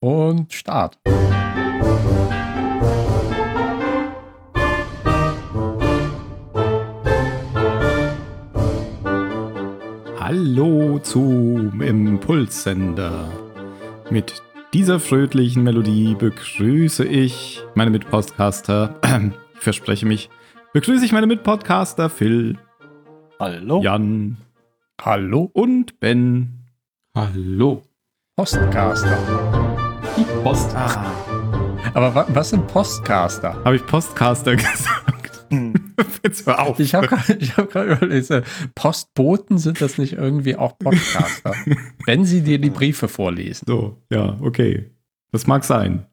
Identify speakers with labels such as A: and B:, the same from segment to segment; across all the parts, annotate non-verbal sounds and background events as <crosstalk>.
A: Und Start.
B: Hallo zum Impulssender. Mit dieser fröhlichen Melodie begrüße ich meine Mitpodcaster. Ich verspreche mich. Begrüße ich meine Mitpodcaster Phil,
C: Hallo?
B: Jan
A: Hallo,
B: und Ben.
C: Hallo.
A: Postcaster.
C: Die Post.
A: Ah. Aber wa was sind Postcaster?
B: Habe ich Postcaster <laughs> gesagt? Jetzt hör
A: <laughs>
B: auf.
A: Ich habe hab gerade überlegt, äh, Postboten sind das nicht irgendwie auch Podcaster? wenn sie dir die Briefe vorlesen.
B: So, ja, okay. Das mag sein.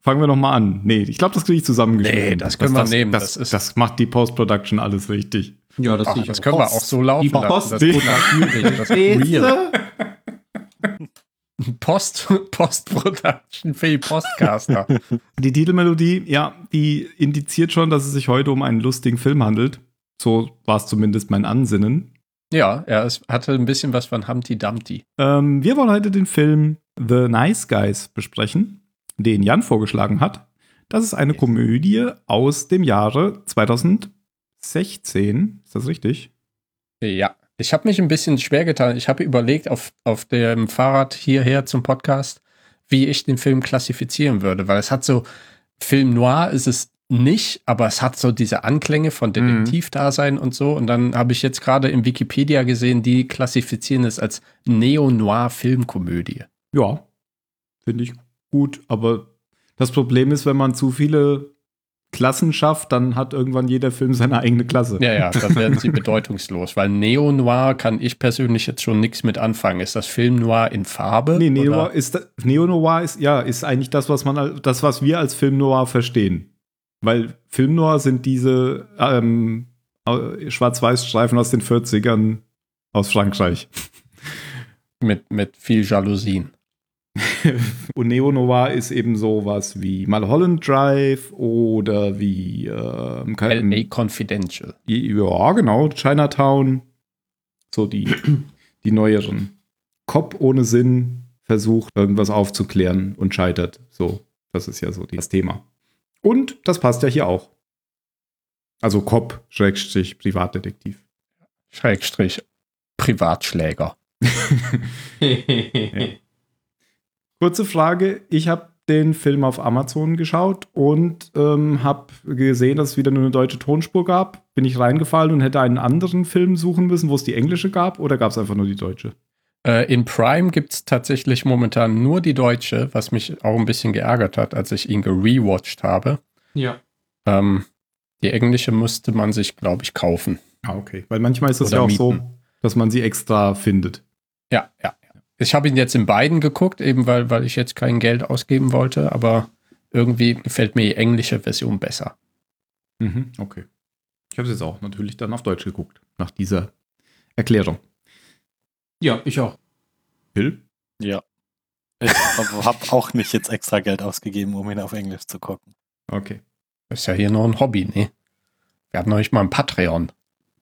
B: Fangen wir nochmal an. Nee, ich glaube, das kriege ich zusammengeschnitten.
A: Nee, das können wir nehmen.
B: Das,
A: Das
B: das,
A: ist-
B: das macht die Post-Production alles richtig.
C: Ja, das,
A: Ach,
C: sehe ich
A: das können wir auch so laufen
C: Die Post.
A: lassen. Das
C: <laughs>
A: ist natürlich, das ist weird. Post, <laughs> Postproduction für die Postcaster.
B: Die Titelmelodie, ja, die indiziert schon, dass es sich heute um einen lustigen Film handelt. So war es zumindest mein Ansinnen.
A: ja, ja, es hatte ein bisschen was von Humpty Dumpty.
B: Ähm, wir wollen heute den Film The Nice Guys besprechen, den Jan vorgeschlagen hat. Das ist eine Komödie aus dem Jahre 2016. Ist das richtig?
A: Ja. Ich habe mich ein bisschen schwer getan. Ich habe überlegt, auf, auf dem Fahrrad hierher zum Podcast, wie ich den Film klassifizieren würde, weil es hat so, Film noir ist es nicht, aber es hat so diese Anklänge von Detektivdasein und so. Und dann habe ich jetzt gerade in Wikipedia gesehen, die klassifizieren es als Neo-Noir-Filmkomödie.
B: Ja, finde ich gut. Aber das Problem ist, wenn man zu viele Klassen schafft, dann hat irgendwann jeder Film seine eigene Klasse.
A: Ja, ja, dann werden <laughs> sie bedeutungslos, weil Neo-Noir kann ich persönlich jetzt schon nichts mit anfangen. Ist das Film Noir in Farbe?
B: Nee, Neo Noir
A: oder?
B: ist, da- Neo Noir ist, ja, ist eigentlich das, was man, al- das, was wir als Film Noir verstehen. Weil Film Noir sind diese ähm, au- Schwarz-Weiß-Streifen aus den 40ern aus Frankreich.
A: Mit, mit viel Jalousien.
B: Und Neo Noir ist eben sowas wie Mulholland Drive oder wie ähm, kein-
A: L.A. Confidential.
B: Ja, genau, Chinatown. So die, die neueren. Cop ohne Sinn versucht, irgendwas aufzuklären und scheitert. So, das ist ja so das Thema. Und das passt ja hier auch. Also Cop, Schrägstrich, Privatdetektiv.
A: Schrägstrich Privatschläger.
B: Kurze Frage, ich habe den Film auf Amazon geschaut und ähm, habe gesehen, dass es wieder nur eine deutsche Tonspur gab. Bin ich reingefallen und hätte einen anderen Film suchen müssen, wo es die englische gab oder gab es einfach nur die deutsche?
A: Äh, in Prime gibt es tatsächlich momentan nur die deutsche, was mich auch ein bisschen geärgert hat, als ich ihn gerewatcht habe.
C: ja.
A: Ähm, die englische müsste man sich, glaube ich, kaufen.
B: Ah, okay. Weil manchmal ist das
A: Oder
B: ja auch
A: mieten.
B: so, dass man sie extra findet.
A: Ja, ja. ja. Ich habe ihn jetzt in beiden geguckt, eben weil, weil ich jetzt kein Geld ausgeben wollte, aber irgendwie gefällt mir die englische Version besser.
B: Mhm, Okay. Ich habe es jetzt auch natürlich dann auf Deutsch geguckt, nach dieser Erklärung.
C: Ja, ich auch.
B: Phil?
D: Ja. Ich habe auch nicht jetzt extra Geld ausgegeben, um ihn auf Englisch zu gucken.
B: Okay.
A: Ist ja hier nur ein Hobby, ne? Wir hatten noch nicht mal ein Patreon.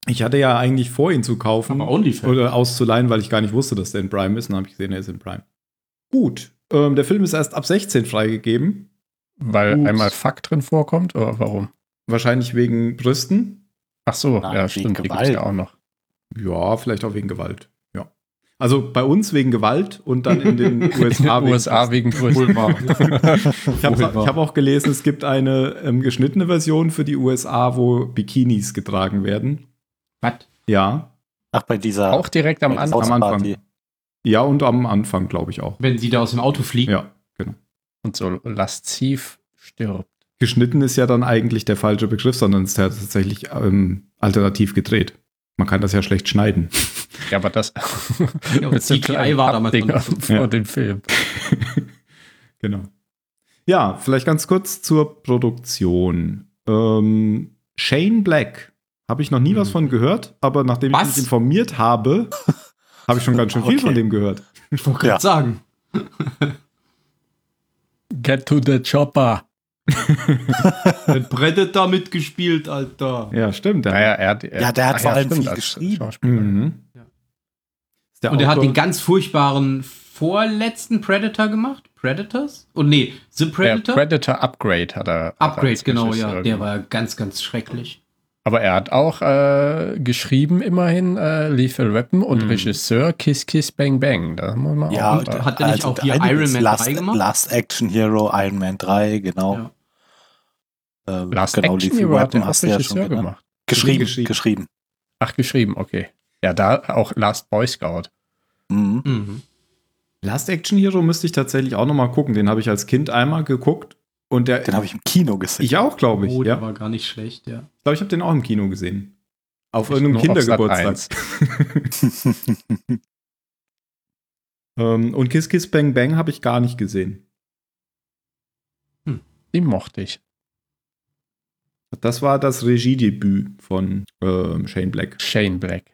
B: Ich hatte ja eigentlich vor, ihn zu kaufen
C: Aber OnlyFans.
B: oder auszuleihen, weil ich gar nicht wusste, dass der in Prime ist. Und dann habe ich gesehen, er ist in Prime. Gut. Ähm, der Film ist erst ab 16 freigegeben.
A: Weil
B: Ups.
A: einmal Fuck drin vorkommt, oder warum?
B: Wahrscheinlich wegen Brüsten.
A: Ach so,
D: Nein,
A: ja,
D: wegen
A: stimmt, die gibt es
D: Gewalt.
A: ja auch noch.
B: Ja, vielleicht auch wegen Gewalt. Ja. Also bei uns wegen Gewalt und dann in <laughs> den USA
A: in den USA
C: <laughs>
A: wegen Brüsten.
B: Ich habe
C: Wohl wahr.
B: hab auch gelesen, es gibt eine ähm, geschnittene Version für die USA, wo Bikinis getragen werden.
C: Was?
B: Ja,
D: Ach, bei dieser
A: Auch direkt am
D: bei
A: Anfang.
B: am
D: Hausparty.
B: ja und am Anfang, glaube ich auch.
C: Wenn sie da aus dem Auto fliegen.
B: Ja, genau.
A: und so lasziv stirbt.
B: Geschnitten ist ja dann eigentlich der falsche Begriff, sondern es ist ja tatsächlich ähm, alternativ gedreht. Man kann das ja schlecht schneiden.
A: Ja, aber das <laughs>
C: Ja, und CGI war damals noch nicht so.
A: vor
B: Ja.
A: den Film.
B: Genau. Ja, vielleicht ganz kurz zur Produktion. Ähm, Shane Black. Habe ich noch nie was von gehört, aber nachdem
C: Was?
B: ich mich informiert habe, habe ich schon ganz schön viel
D: Okay.
B: von dem gehört.
C: Ich wollte gerade
D: Ja.
C: sagen.
A: Get to the chopper.
C: Hat Predator mitgespielt, Alter.
B: Ja, stimmt.
A: Naja, er, er,
D: Ja, der hat
A: ah,
D: vor allem viel
A: als
D: geschrieben.
A: Schauspieler.
C: Hm.
B: Mhm.
C: Äh, Ja.
B: Ist der
C: Und er hat
B: Autor-
C: den ganz furchtbaren vorletzten Predator gemacht. Predators? Oh nee, The
A: Der
C: Predator?
A: Predator Upgrade hat er. hat er
C: Upgrade,
A: als
C: genau, ja.
A: Regisseur
C: Der
A: gemacht.
C: war ganz, ganz schrecklich.
A: Aber er hat auch äh, geschrieben, immerhin äh, Lethal Weapon und
B: Hm.
A: Regisseur Kiss Kiss Bang Bang. Da muss man
D: Ja,
A: auch
D: und
A: da.
C: Hat äh, also der nicht
D: Also
C: auch hier
D: einiges.
C: Iron Man
D: Last,
C: 3 gemacht?
D: Last Action Hero, Iron Man 3, genau. Ähm,
A: Last Action
D: Lethal
A: Hero hat
D: Weapon
A: er auch
D: hast du ja
A: Regisseur
D: schon genannt.
A: gemacht.
D: Geschrieben,
B: Geschrieben.
D: geschrieben.
A: Ach, geschrieben, okay. Ja, da auch Last Boy Scout.
D: Mhm.
C: Mhm.
B: Last Action Hero müsste ich tatsächlich auch nochmal gucken. Den habe ich als Kind einmal geguckt. Und der.
D: Den habe ich im Kino gesehen.
B: ich auch, glaube ich.
C: Oh, der
B: ja.
C: war gar nicht schlecht, <laughs> ja.
B: Ich glaube, ich habe den auch im Kino gesehen. Auf
A: Ich
B: irgendeinem
A: nur auf Sat
B: Kindergeburtstag. <laughs> ähm, und Kiss Kiss Bang Bang habe ich gar nicht gesehen.
A: Den mochte ich.
B: Das war das Regiedebüt von ähm, Shane Black.
A: Shane Black.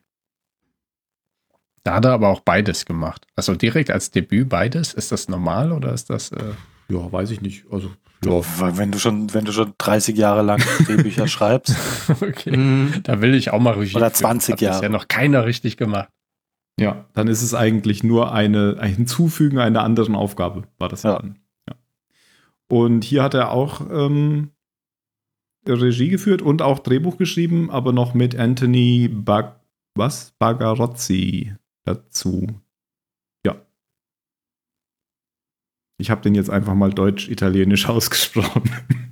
A: Da hat er aber auch beides gemacht. Also direkt als Debüt beides. Ist das normal oder ist das. Äh,
B: Ja, weiß ich nicht. Also,
D: Ja, weil wenn du schon, wenn du schon 30
A: <laughs>
D: Jahre lang Drehbücher schreibst,
A: okay.
C: Mhm.
A: <laughs> Da will ich auch mal Regie.
D: Oder
A: führen.
D: 20
A: Hat bisher
D: Jahre.
A: noch keiner richtig gemacht.
B: ja, dann ist es eigentlich nur eine, ein Hinzufügen einer anderen Aufgabe, war das ja.
D: Ja.
B: dann. Ja. Und hier hat er auch ähm, Regie geführt und auch Drehbuch geschrieben, aber noch mit Anthony Bag was? Bagarozzi dazu. Ja. Ich habe den jetzt einfach mal deutsch-italienisch <laughs> ausgesprochen.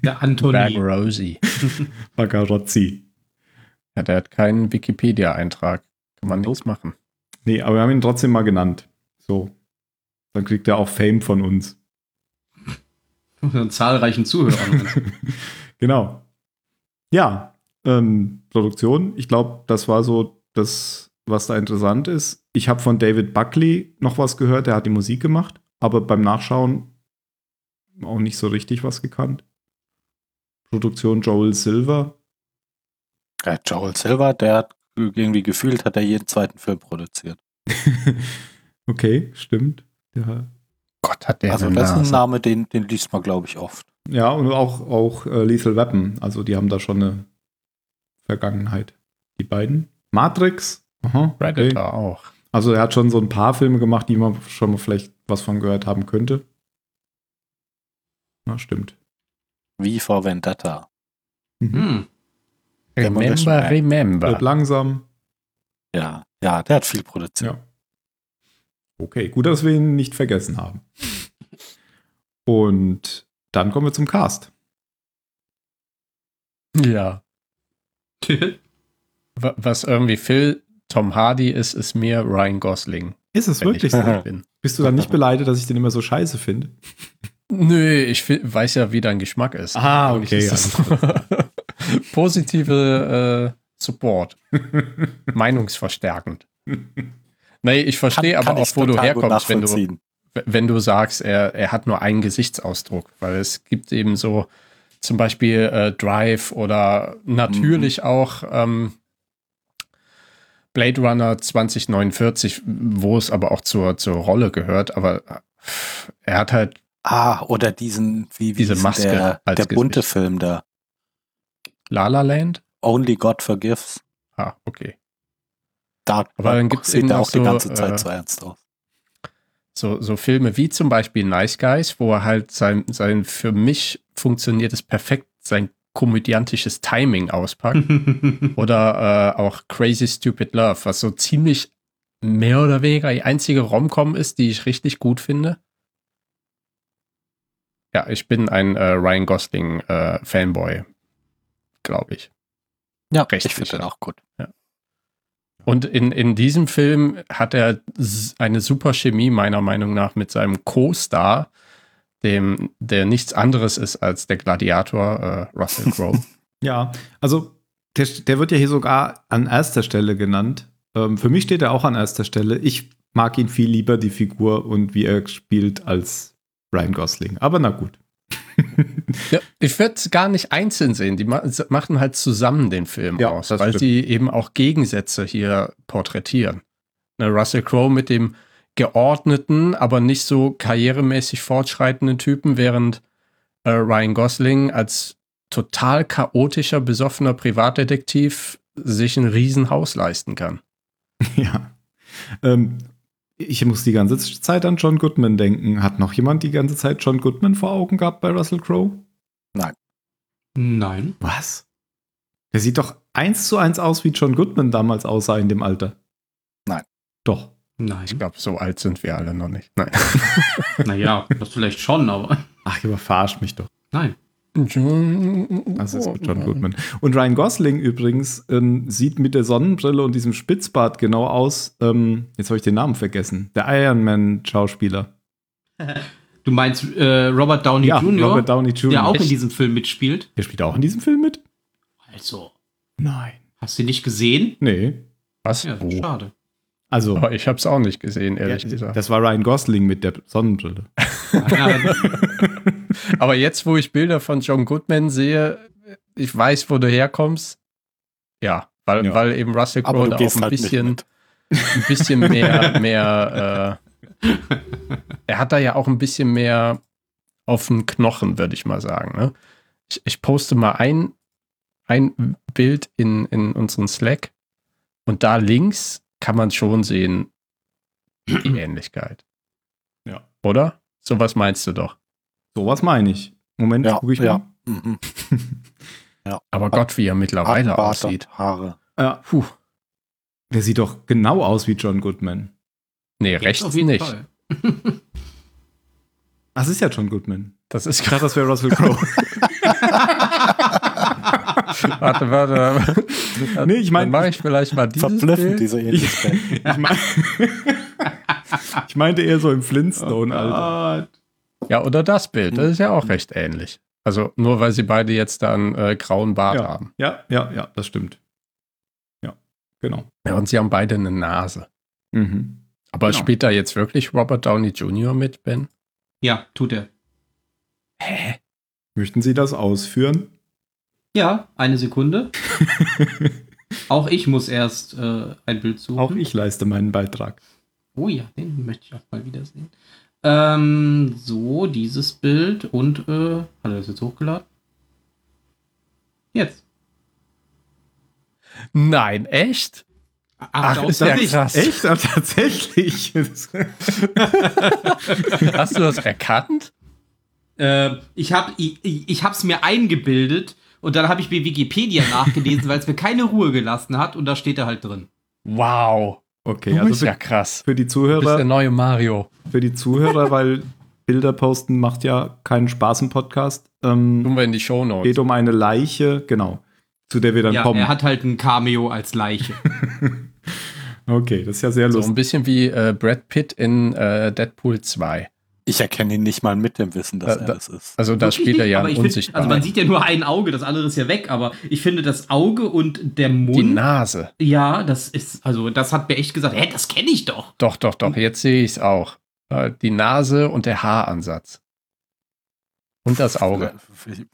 C: Der Anthony.
A: Rosie.
B: Bagarozzi.
A: Ja, der hat keinen Wikipedia-Eintrag. Kann man nichts machen.
B: Nee, aber wir haben ihn trotzdem mal genannt. So. Dann kriegt er auch Fame von uns.
C: Von zahlreichen Zuhörern.
B: Genau. Ja, ähm, Produktion. Ich glaube, das war so das, was da interessant ist. Ich habe von David Buckley noch was gehört. Der hat die Musik gemacht, aber beim Nachschauen auch nicht so richtig was gekannt. Produktion Joel Silver.
D: ja, Joel Silver, der hat irgendwie gefühlt, hat er jeden zweiten Film produziert.
B: okay, stimmt. Ja,
A: Gott, hat der
D: also
A: eine
D: das ist ein
A: Nase.
D: Name, den, den liest man, glaube ich, oft.
B: ja und auch, auch äh, Lethal Weapon. Also die haben da schon eine Vergangenheit. Die beiden. Matrix. Aha, okay.
A: Predator auch.
B: Also er hat schon so ein paar Filme gemacht, die man schon mal vielleicht was von gehört haben könnte. Na, stimmt.
D: Wie vor Vendetta.
B: <laughs>
C: hm.
D: Demolition Man.
A: Remember, remember.
B: Wird langsam.
D: Ja, ja, der hat viel produziert.
B: Ja. Okay, gut, dass wir ihn nicht vergessen haben. Und dann kommen wir zum Cast.
A: Ja. Wa- Was irgendwie Phil Tom Hardy ist, ist mir Ryan Gosling.
B: Ist es
A: wenn
B: wirklich
A: ich <laughs>
B: so?
A: ehrlich bin.
B: Bist du dann nicht beleidigt, dass ich den immer so scheiße finde?
A: Nö, ich fi- weiß ja, wie dein Geschmack ist.
B: Ah,
A: Eigentlich ist das <laughs> Positive äh, Support. Meinungsverstärkend. Nee, ich verstehe aber auch, wo du
D: total gut
A: herkommst, wenn du,
D: nachvollziehen.
A: wenn du sagst, er, er hat nur einen Gesichtsausdruck, weil es gibt eben so zum Beispiel äh, Drive oder natürlich
D: Mhm.
A: auch ähm, Blade Runner 2049, wo es aber auch zur, zur Rolle gehört, aber äh, er hat halt
D: Ah, oder diesen, wie, wie
A: Diese
D: hieß
A: Maske
D: der,
A: als
D: der bunte
A: Gesicht.
D: Film da.
A: La La Land.
D: Only God Forgives.
A: Ah, okay.
D: Da
A: Aber dann gibt's eben
D: sieht er
A: noch
D: auch die
A: so,
D: ganze Zeit
A: äh,
D: so ernst aus.
A: So, so Filme wie zum Beispiel Nice Guys, wo er halt sein, sein für mich funktioniert es perfekt, sein komödiantisches Timing
C: Hm.
A: auspackt. Oder äh, auch Crazy Stupid Love, was so ziemlich mehr oder weniger die einzige Rom-Com ist, die ich richtig gut finde. Ja, ich bin ein äh, Ryan Gosling äh, Fanboy, glaube ich.
D: Ja,
A: recht
D: ich finde
A: sicher.
D: den auch gut.
A: Und in, in diesem Film hat er s- eine super Chemie, meiner Meinung nach, mit seinem Co-Star, dem, der nichts anderes ist als der Gladiator äh, Russell Crowe.
B: Ja, also der, der wird ja hier sogar an erster Stelle genannt. Ähm, für mich steht er auch an erster Stelle. Ich mag ihn viel lieber, die Figur und wie er spielt, als Ryan Gosling. Aber na gut.
A: ja, ich würde es gar nicht einzeln sehen. Die ma s- machen halt zusammen den Film
B: Ja,
A: aus,
B: das
A: weil
B: stimmt.
A: sie eben auch Gegensätze hier porträtieren. Ne, Russell Crowe mit dem geordneten, aber nicht so karrieremäßig fortschreitenden Typen, während äh, Ryan Gosling als total chaotischer, besoffener
B: <laughs>
A: Privatdetektiv sich ein Riesenhaus leisten kann.
B: ja. Ähm, ich muss die ganze Zeit an John Goodman denken. Hat noch jemand die ganze Zeit John Goodman vor Augen gehabt bei Russell Crowe?
C: Nein.
B: Was? Der sieht doch eins zu eins aus, wie John Goodman damals aussah in dem Alter.
D: Nein.
B: Doch.
A: Ich
C: Nein.
A: glaube, so alt sind wir alle noch nicht.
B: <laughs>
A: Nein.
C: Naja, das vielleicht schon, aber
B: Ach, ihr verarscht mich doch.
C: nein.
A: John,
B: Das ist mit John Goodman. Und Ryan Gosling übrigens ähm, sieht mit der Sonnenbrille und diesem Spitzbart genau aus. Ähm, jetzt habe ich den Namen vergessen. Der Iron Man-Schauspieler.
C: Du meinst äh, Robert Downey
B: Ja,
C: Jr.,
B: Robert Downey Jr.
C: der auch in
B: Echt?
C: diesem Film mitspielt.
B: Der spielt auch in diesem Film mit?
C: Also,
B: Nein.
C: hast du ihn nicht gesehen?
B: Nee.
A: Was?
C: Ja,
B: Oh.
A: Wo?
B: <laughs>
C: schade.
B: Also,
A: Oh. Aber ich habe es auch nicht gesehen, ehrlich
B: ja,
A: gesagt.
B: das war Ryan Gosling mit der Sonnenbrille.
C: Ja,
A: Aber jetzt, wo ich Bilder von John Goodman sehe, ich weiß, wo du herkommst. Ja, weil,
B: Ja.
A: weil eben Russell
D: Aber
A: Crowe
D: du
A: da auch
D: gehst
A: ein
D: halt
A: bisschen,
D: nicht
A: ein bisschen mehr,
D: <laughs>
A: mehr, äh, er hat da ja auch ein bisschen mehr auf den Knochen, würde ich mal sagen. Ne? Ich, ich poste mal ein, ein Bild in, in unseren Slack und da links kann man schon sehen,
D: <clears throat>
A: die Ähnlichkeit.
B: Ja.
A: Oder? Sowas meinst du doch.
B: Sowas meine ich. Moment,
D: Ja,
B: gucke ich
D: ja.
B: mal. <laughs>
D: mit. Mhm.
A: Aber Gott, wie er mittlerweile
D: Bart
A: aussieht.
D: und Haare.
B: Ja,
A: Puh.
B: der sieht doch genau aus wie John Goodman.
A: Nee,
C: Recht
A: rechts nicht.
C: Fall.
B: Ach, es ist ja John Goodman.
A: Das ist
B: Ich dachte, das wäre Russell Crowe.
A: <laughs> Warte, warte.
B: Nee, ich mein-
A: Dann mache ich vielleicht mal dieses
D: Verblüffend,
A: Bild.
D: diese Ähnlichkeit.
B: Ich, mein, <laughs> ich meinte eher so im
A: Ah.
B: Flintstone-Alter.
A: Ja, oder das Bild.
B: Hm.
A: Das ist ja auch recht ähnlich. Also nur weil sie beide jetzt da einen äh, grauen Bart haben.
B: ja, ja, ja, das stimmt. Ja, genau.
A: Ja, und sie haben beide eine Nase.
B: Mhm.
A: Aber
C: Genau.
A: spielt da jetzt wirklich Robert Downey Jr. mit, Ben?
C: Ja, tut er.
B: Möchten Sie das ausführen?
C: Ja,
B: <laughs>
C: eine Sekunde. Auch ich muss erst äh, ein Bild suchen.
B: Auch ich leiste
A: <laughs>
B: meinen Beitrag.
C: Oh ja, den möchte ich auch mal wiedersehen. Ähm, so, dieses Bild und, äh, hat er das jetzt hochgeladen? Jetzt.
A: Nein, echt? Ach,
C: glaubst
A: ist
C: du
A: ja
C: nicht?
A: krass.
B: Echt? Aber tatsächlich. <laughs> Das-
A: Hast du das erkannt?
C: Äh, ich habe ich, ich hab's mir eingebildet und dann habe ich bei Wikipedia nachgelesen, <laughs> weil es mir keine Ruhe gelassen hat und da steht er halt drin.
A: Wow. Du
B: Okay, also
A: bist
B: für,
A: ja krass.
B: für die
A: Du bist der
B: Zuhörer,
A: neue Mario.
B: für die <laughs> Zuhörer, weil Bilder posten macht ja keinen Spaß im Podcast. Ähm,
A: Tun wir in die Shownotes.
B: geht um eine Leiche, genau, zu der wir dann
C: ja,
B: kommen.
C: er hat halt ein Cameo als Leiche.
B: okay, das ist ja sehr
A: So
B: lustig.
A: ein bisschen wie äh, Brad Pitt in äh, Deadpool 2.
D: Ich erkenne ihn nicht mal mit dem Wissen, dass
A: Da-
D: er
A: da-
D: das ist.
A: Also <laughs> da spielt er ja
C: Aber ich find-
A: unsichtbar.
C: Also man sieht ja nur ein Auge, das andere ist ja weg, aber ich finde das Auge und der
A: die
C: Mund.
A: Oh, Nase.
C: Ja, das ist, also das hat mir echt gesagt, hä, das kenne ich doch.
A: Doch, doch, doch. Jetzt sehe ich es auch. Äh, Die Nase und der Haaransatz. Und das
D: Äh,
A: Auge.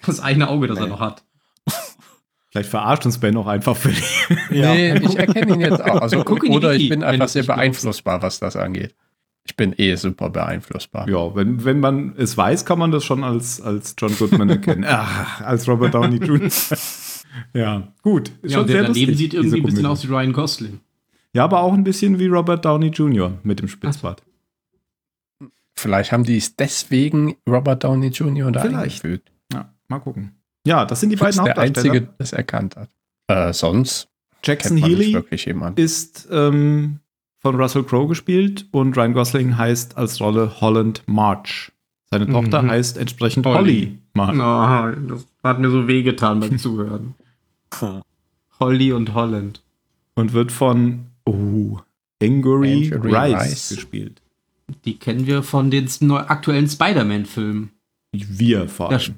C: Das eine Auge, das er
D: Nee.
C: noch hat.
B: Vielleicht verarscht uns Ben auch einfach für die
D: Ja.
A: Nee, ich erkenne ihn jetzt auch. Also,
C: <laughs> Guck in die
A: oder ich
C: Wiki,
A: bin
C: wenn
A: einfach
C: du's
A: sehr
C: nicht glaubst.
A: beeinflussbar, was das angeht. Ich bin eh super beeinflussbar.
B: Ja, wenn, wenn man es weiß, kann man das schon als, als John Goodman <laughs> erkennen. Ach, als Robert Downey <laughs> Jr. ja, gut. Ist
C: Ja, und der daneben
B: lustig,
C: sieht
B: diese
C: irgendwie ein bisschen
B: Komödie.
C: aus wie Ryan Gosling.
B: Ja, aber auch ein bisschen wie Robert Downey Jr. mit dem Spitzbart.
A: Vielleicht haben die es deswegen Robert Downey Jr. da
B: Vielleicht.
A: eingefügt.
B: Ja, mal gucken. Ja, das sind die
A: Das
B: beiden
A: ist der
B: Hauptdarsteller.
A: Einzige, der es erkannt hat. Äh, sonst
B: Jackson
A: kennt man nicht
B: Healy
A: wirklich jemanden.
B: ist ähm, von Russell Crowe gespielt und Ryan Gosling heißt als Rolle Holland March. Seine
C: Mhm.
B: Tochter heißt entsprechend
C: Holly.
B: Holly, March.
C: das hat mir so wehgetan beim Zuhören. Holly und Holland.
B: Und wird von oh,
A: Angourie
B: Angry, Rice,
A: Rice.
B: gespielt.
C: Die kennen wir von den neu- aktuellen Spider-Man-Filmen.
B: Wir vor
C: Ja,
B: allem.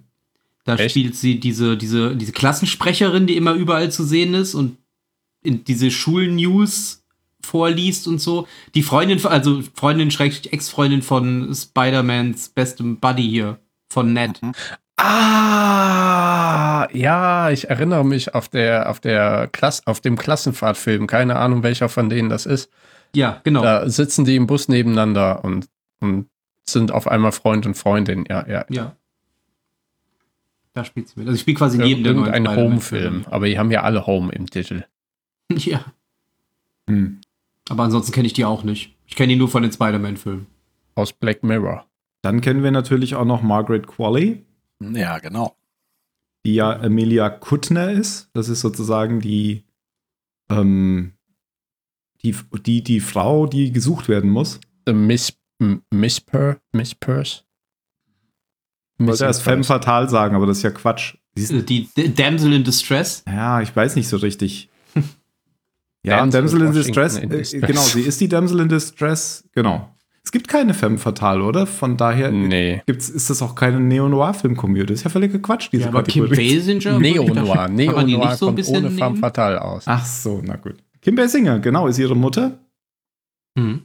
C: Da
A: Echt?
C: spielt sie diese, diese, diese Klassensprecherin, die immer überall zu sehen ist und in diese Schulnews vorliest und so. Die Freundin, also Freundin, schräg- Ex-Freundin von Spider-Mans bestem Buddy hier, von Ned.
A: Ah, ja, ich erinnere mich auf der auf der Klasse auf dem Klassenfahrtfilm, keine Ahnung welcher von denen das ist.
C: Ja, genau.
A: Da sitzen die im Bus nebeneinander und, und sind auf einmal Freund und Freundin. Ja, ja.
C: Ja. Da spielt sie mit. Also ich spiele quasi neben der neuen
A: Irgendein
C: Spider-Man.
A: Home-Film, aber die haben ja alle Home im Titel.
C: <laughs> Ja,
B: Hm.
C: aber ansonsten kenne ich die auch nicht. Ich kenne ihn nur von den Spider-Man-Filmen.
A: aus Black Mirror.
B: Dann kennen wir natürlich auch noch Margaret Qualley,
D: Ja, genau.
B: die ja Amelia Kuttner ist. Das ist sozusagen die, ähm, die, die, die Frau, die gesucht werden muss.
A: The Miss, M- Miss Per, Miss Purse.
B: Ich wollte erst Femme Fatale sagen, aber das ist ja Quatsch. Sie ist,
C: Äh, Die D Damsel in Distress.
B: ja, ich weiß nicht so
A: <laughs>
B: richtig. ja,
A: Damsel
B: Damsel in
A: Washington
B: Distress.
A: in
B: äh,
A: Distress.
B: genau, sie ist die Damsel in Distress. Genau. Es gibt keine Femme Fatale, oder? Von daher
A: Nee.
B: gibt's, ist das auch keine Neo-Noir-Filmkomödie. Das ist ja völliger Quatsch, diese
C: Ja, aber Kim
B: Kategorie.
A: <laughs>
C: Basinger?
A: Neo-Noir.
C: Kann man die
A: Neo-Noir
C: nicht so ein
A: kommt
C: bisschen
A: ohne Femme
C: nehmen?
A: Fatale aus.
B: Ach so, na gut. Kim Basinger, genau, ist ihre Mutter.
C: Hm.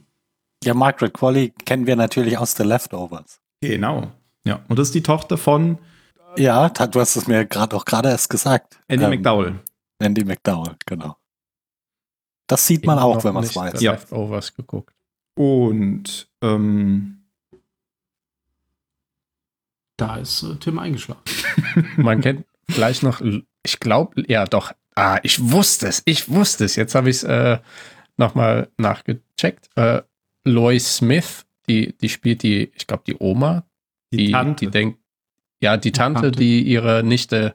D: Ja, Margaret Qualley kennen wir natürlich aus The Leftovers.
B: Genau. Ja, und das ist die Tochter von
D: Ja, ta- du hast es mir gerade auch gerade erst gesagt.
B: Andy
D: Ähm,
B: McDowell.
D: Andy McDowell, genau. Das sieht man auch,
A: Noch
D: wenn man es
A: nicht
D: weiß.
A: The
B: Ja.
A: Leftovers geguckt.
B: Und ähm,
C: Da ist äh, Tim eingeschlafen.
A: Man kennt gleich noch, ich glaube, ja doch. Ah, ich wusste es, ich wusste es. Jetzt habe ich es äh, nochmal nachgecheckt. Äh, Lois Smith, die, die spielt die, ich glaube, die Oma. Die, die denkt, ja, die Tante,
C: Tante.
A: die ihre Nichte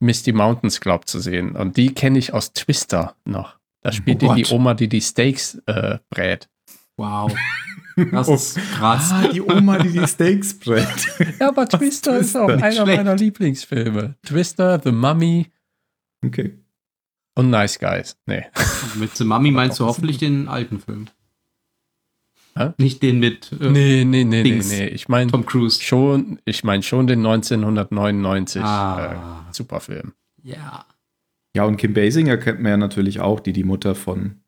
A: Misty Mountains glaubt zu sehen. Und die kenne ich aus Twister noch. Da spielt die, die
C: What?
A: Oma, die die Steaks äh, brät.
C: Wow.
A: <laughs>
C: Das
A: Oh.
C: ist krass.
B: ah, die Oma, die die Steaks brät.
A: Ja, aber Twister ist auch
B: Twister.
A: einer
B: Schlecht.
A: meiner Lieblingsfilme. Twister, The Mummy
B: <laughs> Okay.
A: und Nice Guys. Nee.
C: Mit The Mummy meinst du hoffentlich den alten Film.
A: Hä?
C: Nicht den mit äh,
A: Nee, nee, nee, nee,
C: Dings.
A: nee. Ich meine
C: Tom Cruise.
A: schon, ich meine schon den 1999
C: Ah.
A: äh, Superfilm.
C: Ja.
B: Ja, und Kim Basinger kennt man ja natürlich auch, die die Mutter von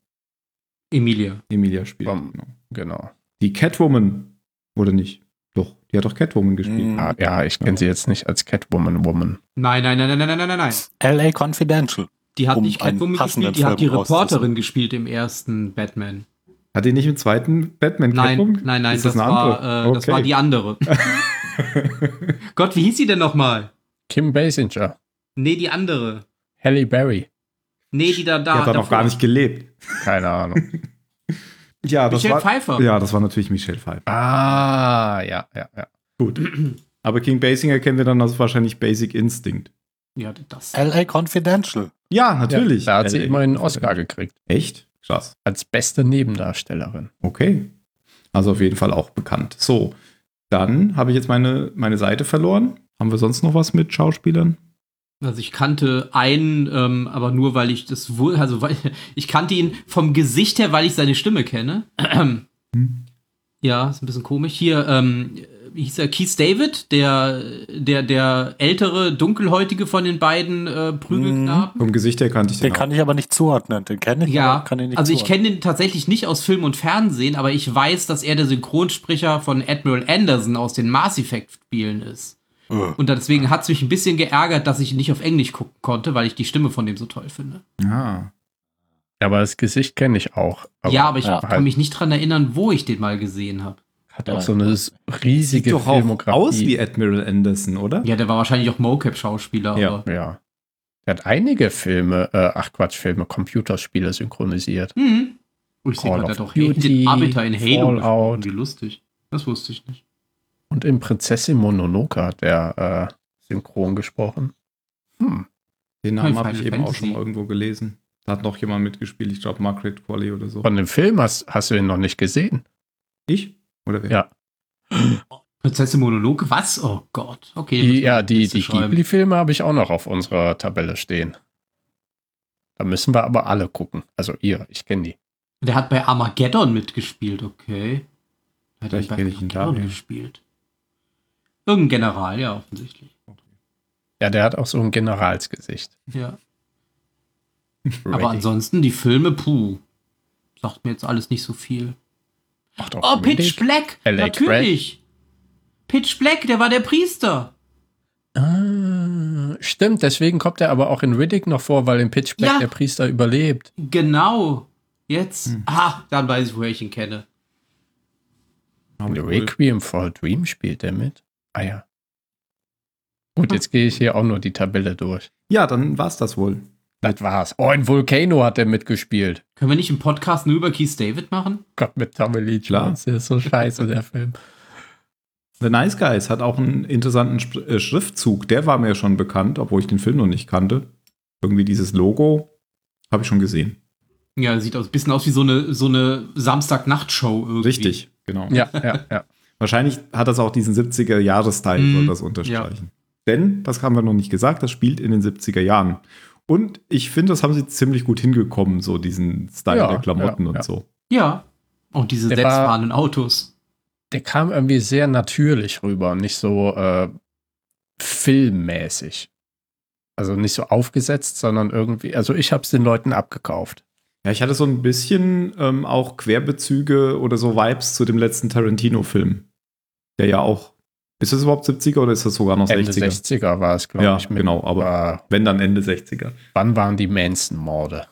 C: Emilia.
B: Emilia spielt.
A: Bom.
B: Genau.
A: Genau.
B: Die Catwoman, oder nicht? Doch, die hat doch Catwoman gespielt.
D: Mhm.
A: Ah, ja, ich kenne sie jetzt nicht als Catwoman Woman.
C: Nein, nein, nein, nein, nein, nein, nein, nein.
D: LA Confidential.
C: Die hat
D: Um
C: nicht
D: einen
C: Catwoman
D: passenden
C: gespielt, die hat die
D: Film
C: Reporterin
D: rauszusuchen.
C: gespielt im ersten Batman.
B: Hat die nicht im zweiten Batman
C: Nein,
B: Catwoman?
C: nein, nein,
B: Ist
C: das,
B: eine
C: war, äh,
B: andere? <laughs>
C: das war die <laughs> andere.
B: okay.
C: Gott, wie hieß sie denn nochmal?
A: Kim Basinger,
C: Nee, die andere.
A: Halle Berry,
C: Nee, die da
B: Die
C: da.
B: hat da noch
C: davor.
B: gar nicht gelebt.
A: keine Ahnung.
B: Ja, das
C: Michelle
B: war,
C: Pfeiffer.
B: ja, das war natürlich Michelle Pfeiffer.
A: ah, ja, ja, ja.
B: Aber King Basinger kennen wir dann also wahrscheinlich Basic Instinct.
C: Ja, das.
D: LA Confidential.
A: Genau.
B: Ja, natürlich.
A: Da hat sie
B: Äh,
A: immerhin einen Oscar gekriegt.
B: Echt? Krass.
A: Als beste Nebendarstellerin.
B: Okay. Also auf jeden Fall auch bekannt. So, dann habe ich jetzt meine, meine Seite verloren. Haben wir sonst noch was mit Schauspielern?
C: Also ich kannte einen, ähm, aber nur weil ich das wohl, also weil <laughs> ich kannte ihn vom Gesicht her, weil ich seine Stimme kenne. <clears throat> Ja, ist ein bisschen komisch. Hier, ähm, wie hieß er? Keith David, der, der, der ältere, dunkelhäutige von den beiden äh, Prügelknaben.
B: Vom Gesicht her kannte ich
D: Den
B: den,
D: kann ich aber nicht zuordnen. Den kenne ich,
C: Ja,
D: aber kann ihn nicht
C: also ich
D: zuordnen.
C: kenne den tatsächlich nicht aus Film und Fernsehen, aber ich weiß, dass er der Synchronsprecher von Admiral Anderson aus den Mass Effect Spielen ist.
D: Äh.
C: Und deswegen hat es mich ein bisschen geärgert, dass ich ihn nicht auf Englisch gucken konnte, weil ich die Stimme von dem so toll finde.
B: auch. Ah.
A: Aber das Gesicht kenne ich auch.
C: ja, aber ich
D: ja,
C: kann
A: halt-
C: mich nicht dran erinnern, wo ich den mal gesehen habe.
A: Hat auch so eine riesige
B: Sieht doch auch
A: Filmografie.
B: aus wie Admiral Anderson, oder?
C: Ja, der war wahrscheinlich auch Mocap-Schauspieler,
B: Ja.
C: aber
A: ja. Er hat einige Filme, äh, ach Quatsch, Filme, Computerspiele synchronisiert.
C: Mhm. Und ich sehe
A: Call
C: gerade
A: of
C: doch
A: Duty,
C: den Arbiter in Halo.
A: Fallout.
C: gesprochen. Wie lustig. Das wusste ich nicht.
A: Und in Prinzessin Mononoke hat er äh, synchron gesprochen. Hm.
B: Den Namen
C: Final
B: habe ich eben auch schon
C: Fantasy.
B: mal irgendwo gelesen. Da hat noch jemand mitgespielt, ich glaube Margaret Qualley oder so.
A: Von dem Film hast, hast du ihn noch nicht gesehen.
B: ich? Oder wer?
A: Ja.
C: Prinzessin Monologe, was? Oh Gott. Okay. muss
A: Die,
C: ich
A: ja,
C: mir
A: die,
C: Liste
A: die
C: schreiben.
A: Ghibli-Filme habe ich auch noch auf unserer Tabelle stehen. Da müssen wir aber alle gucken. Also ihr, ich kenne die.
C: Der hat bei Armageddon mitgespielt, okay. Hat er
B: Vielleicht
C: bei
B: kenn ich ihn
C: Armageddon
B: daher.
C: gespielt. Irgendein General, ja, offensichtlich.
A: Ja, der hat auch so ein Generalsgesicht.
C: Ja.
A: Ready.
C: Aber ansonsten die Filme, puh. Sagt mir jetzt alles nicht so viel.
A: Ach doch,
C: Oh,
A: Ready.
C: Pitch Black!
A: LA
C: Natürlich! Pitch Black, der war der Priester!
A: Ah, stimmt, deswegen kommt er aber auch in Riddick noch vor, weil in Pitch Black
C: Ja.
A: der Priester überlebt.
C: Genau. Jetzt. Ah, dann weiß ich, woher ich ihn kenne.
B: Ah,
A: In The
B: cool.
A: Requiem for a Dream spielt er mit. Ah ja. Gut, jetzt gehe ich hier auch nur die Tabelle durch.
B: Ja, dann war's das wohl.
A: Das war's. Oh, in Volcano hat er mitgespielt.
C: Können wir nicht einen Podcast nur über Keith David machen?
A: Gott, mit Tommy Lee
B: Klar.
A: Jones. Der ist so scheiße, der Film.
B: The Nice Guys hat auch einen interessanten Sp äh, Schriftzug. Der war mir schon bekannt, obwohl ich den Film noch nicht kannte. Irgendwie dieses Logo habe ich schon gesehen.
C: Ja, sieht aus, bisschen aus wie so eine, so eine Samstagnacht-Show irgendwie.
B: Richtig, genau.
A: Ja, ja, ja.
B: Wahrscheinlich hat das auch diesen 70er-Jahres-Style,
C: Mm,
A: Mhm.
B: soll das unterstreichen. Denn, das haben wir noch nicht gesagt, das spielt in den 70er Jahren. Und ich finde, das haben sie ziemlich gut hingekommen, so diesen Style
A: Ja,
B: der Klamotten
A: ja,
B: und
A: ja.
B: so.
C: Ja. Und diese
A: Der war-
C: selbstfahrenden Autos. <laughs>
A: Der kam irgendwie sehr natürlich rüber, nicht so äh, filmmäßig. Also nicht so aufgesetzt, sondern irgendwie. Also ich habe es den Leuten abgekauft.
B: Ja, ich hatte so ein bisschen ähm, auch Querbezüge oder so Vibes zu dem letzten Tarantino-Film. Der ja auch. Ist das überhaupt 70er oder ist das sogar noch
A: Ende
B: 60er?
A: 60er war es, glaube
B: Ja,
A: ich.
B: genau, aber
A: äh,
B: wenn dann Ende 60er.
A: wann waren die Manson-Morde?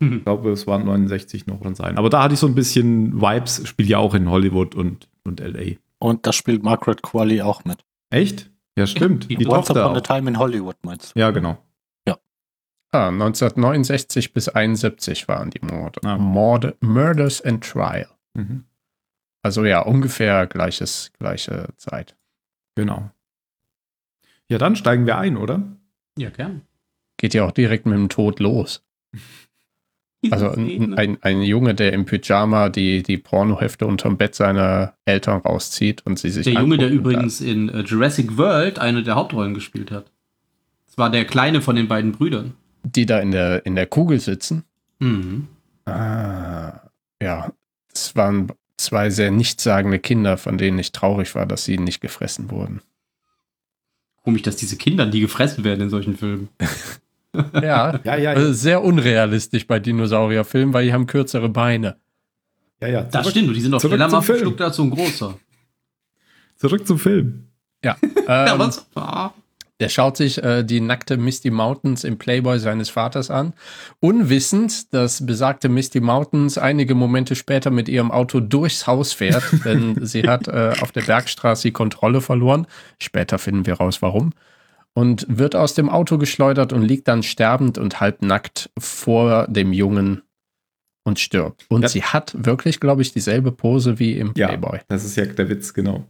B: Ich glaube, es waren 69 noch und sein. Aber da hatte ich so ein bisschen Vibes, spielt ja auch in Hollywood und, und LA.
D: Und da spielt Margaret Qualley auch mit.
B: Echt? Ja, stimmt.
C: Die
B: Die
D: Once
B: Tochter.
D: Upon a
B: Auch.
D: Time in Hollywood, meinst du?
B: Ja, genau.
A: Ah, 1969 bis 71 waren die Morde.
B: Ah.
A: Morde Murders and Trial.
B: Mhm.
A: Also ja, ungefähr gleiches, gleiche Zeit.
B: Genau. Ja, dann steigen wir ein, oder?
C: Ja, gern.
A: Geht ja auch direkt mit dem Tod los.
C: Diese
A: Also ein,
C: Szene.
A: ein, ein Junge, der im Pyjama die, die Pornohefte unterm Bett seiner Eltern rauszieht und sie sich.
C: der Junge, der
A: angucken darf.
C: übrigens in äh, Jurassic World eine der Hauptrollen gespielt hat. Das war der kleine von den beiden Brüdern.
A: Die da in der, in der Kugel sitzen.
C: Mhm.
A: Ah, ja. Es waren zwei sehr nichtssagende Kinder, von denen ich traurig war, dass sie nicht gefressen wurden.
C: Komisch, dass diese Kinder, die gefressen werden in solchen Filmen.
A: Ja,
B: Ja, ja,
A: Also sehr unrealistisch bei Dinosaurierfilmen, weil die haben kürzere Beine.
B: ja, ja.
C: Das
B: Zurück,
C: stimmt, und die sind auch
B: zurück
C: schneller
B: zum
C: mal
B: Film.
C: verschluckt als so ein großer.
B: zurück zum Film.
C: ja,
A: Ähm,
C: was? Ah.
A: der schaut sich äh, die nackte Misty Mountains im Playboy seines Vaters an, unwissend, dass besagte Misty Mountains einige Momente später mit ihrem Auto durchs Haus
B: <laughs>
A: fährt, denn sie hat äh, auf der Bergstraße die Kontrolle verloren. Später finden wir raus, warum. Und wird aus dem Auto geschleudert und liegt dann sterbend und halbnackt vor dem Jungen und stirbt. Und
B: Ja.
A: sie hat wirklich, glaube ich, dieselbe Pose wie im
B: Ja,
A: Playboy.
B: das ist ja der Witz, genau.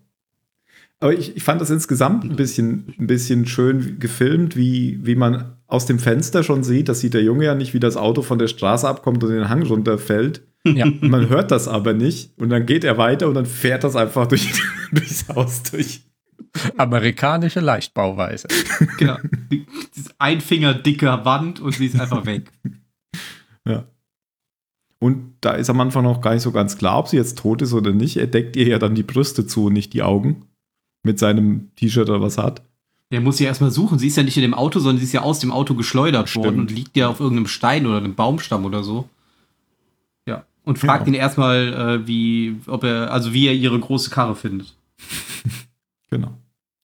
B: Aber ich, ich fand das insgesamt ein bisschen, ein bisschen schön gefilmt, wie, wie man aus dem Fenster schon sieht, das sieht der Junge ja nicht, wie das Auto von der Straße abkommt und den Hang runterfällt. <laughs>
A: Ja.
B: Man hört das aber nicht und dann geht er weiter und dann fährt das einfach durch, <laughs> durchs Haus durch.
A: Amerikanische Leichtbauweise.
C: Genau. <laughs> Dieses Einfinger dicker Wand und sie ist einfach weg.
B: Und da ist am Anfang noch gar nicht so ganz klar, ob sie jetzt tot ist oder nicht. Er deckt ihr ja dann die Brüste zu und nicht die Augen mit seinem T-Shirt oder was er hat.
C: Der muss sie erstmal suchen. Sie ist ja nicht in dem Auto, sondern sie ist ja aus dem Auto geschleudert
B: Stimmt.
C: worden und liegt ja auf irgendeinem Stein oder einem Baumstamm oder so. Ja. Und fragt
B: Genau.
C: ihn erstmal, äh, wie, ob er, also wie er ihre große Karre findet. <laughs>
B: Genau.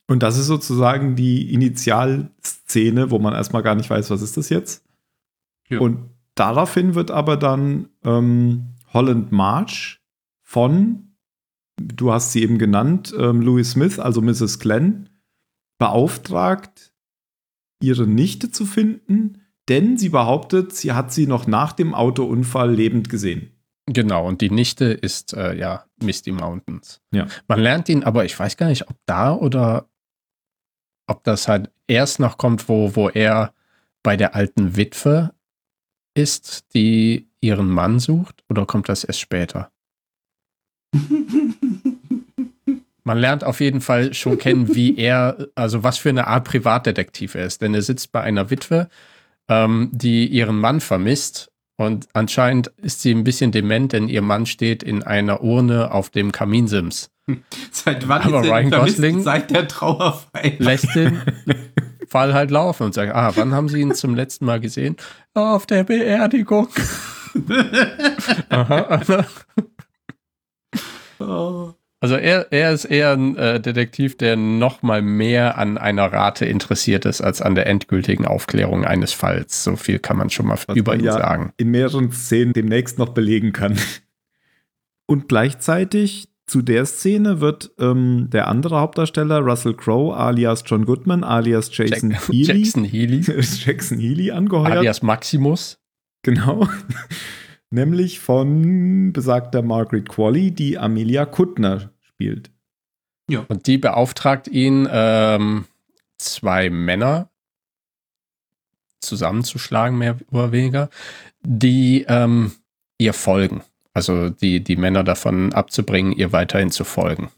B: Und das ist sozusagen die Initialszene, wo man erstmal gar nicht weiß, was ist das jetzt.
C: Ja.
B: Und daraufhin wird aber dann ähm, Holland March von, du hast sie eben genannt, ähm, Louis Smith, also Mrs. Glenn, beauftragt, ihre Nichte zu finden, denn sie behauptet, sie hat sie noch nach dem Autounfall lebend gesehen.
A: Genau, und die Nichte ist äh, ja Misty Mountains.
B: Ja.
A: Man lernt ihn, aber ich weiß gar nicht, ob da oder ob das halt erst noch kommt, wo, wo er bei der alten Witwe ist, die ihren Mann sucht, oder kommt das erst später? Man lernt auf jeden Fall schon kennen, wie er, also was für eine Art Privatdetektiv er ist. Denn er sitzt bei einer Witwe, ähm, die ihren Mann vermisst und anscheinend ist sie ein bisschen dement, denn ihr Mann steht in einer Urne auf dem Kaminsims.
C: Seit wann
A: Aber
C: ist er
A: Ryan
C: vermisst?
A: Gosling-
C: Seit der Trauerfeier.
A: Lässt
B: <laughs>
A: den Fall halt laufen und sagt, ah, wann haben Sie ihn zum letzten Mal gesehen? Auf der
B: <laughs>
A: Beerdigung. Aha, aha.
C: Oh.
A: Also er, er ist eher ein äh, Detektiv, der noch mal mehr an einer Rate interessiert ist, als an der endgültigen Aufklärung eines Falls. So viel kann man schon mal
B: Was
A: über
B: man
A: ihn
B: ja
A: sagen.
B: in mehreren Szenen demnächst noch belegen kann. Und gleichzeitig zu der Szene wird ähm, der andere Hauptdarsteller, Russell Crowe, alias John Goodman, alias Jason
A: Jack-
B: Healy, Oh
A: Jackson Healy,
B: <laughs> Jackson Healy angeheuert.
A: alias Maximus.
B: Genau. Nämlich von besagter Margaret Qualley, die Amelia Kuttner spielt.
A: Und die beauftragt ihn, ähm, zwei Männer zusammenzuschlagen, mehr oder weniger, die ähm, ihr folgen. Also die, die Männer davon abzubringen, ihr weiterhin zu folgen.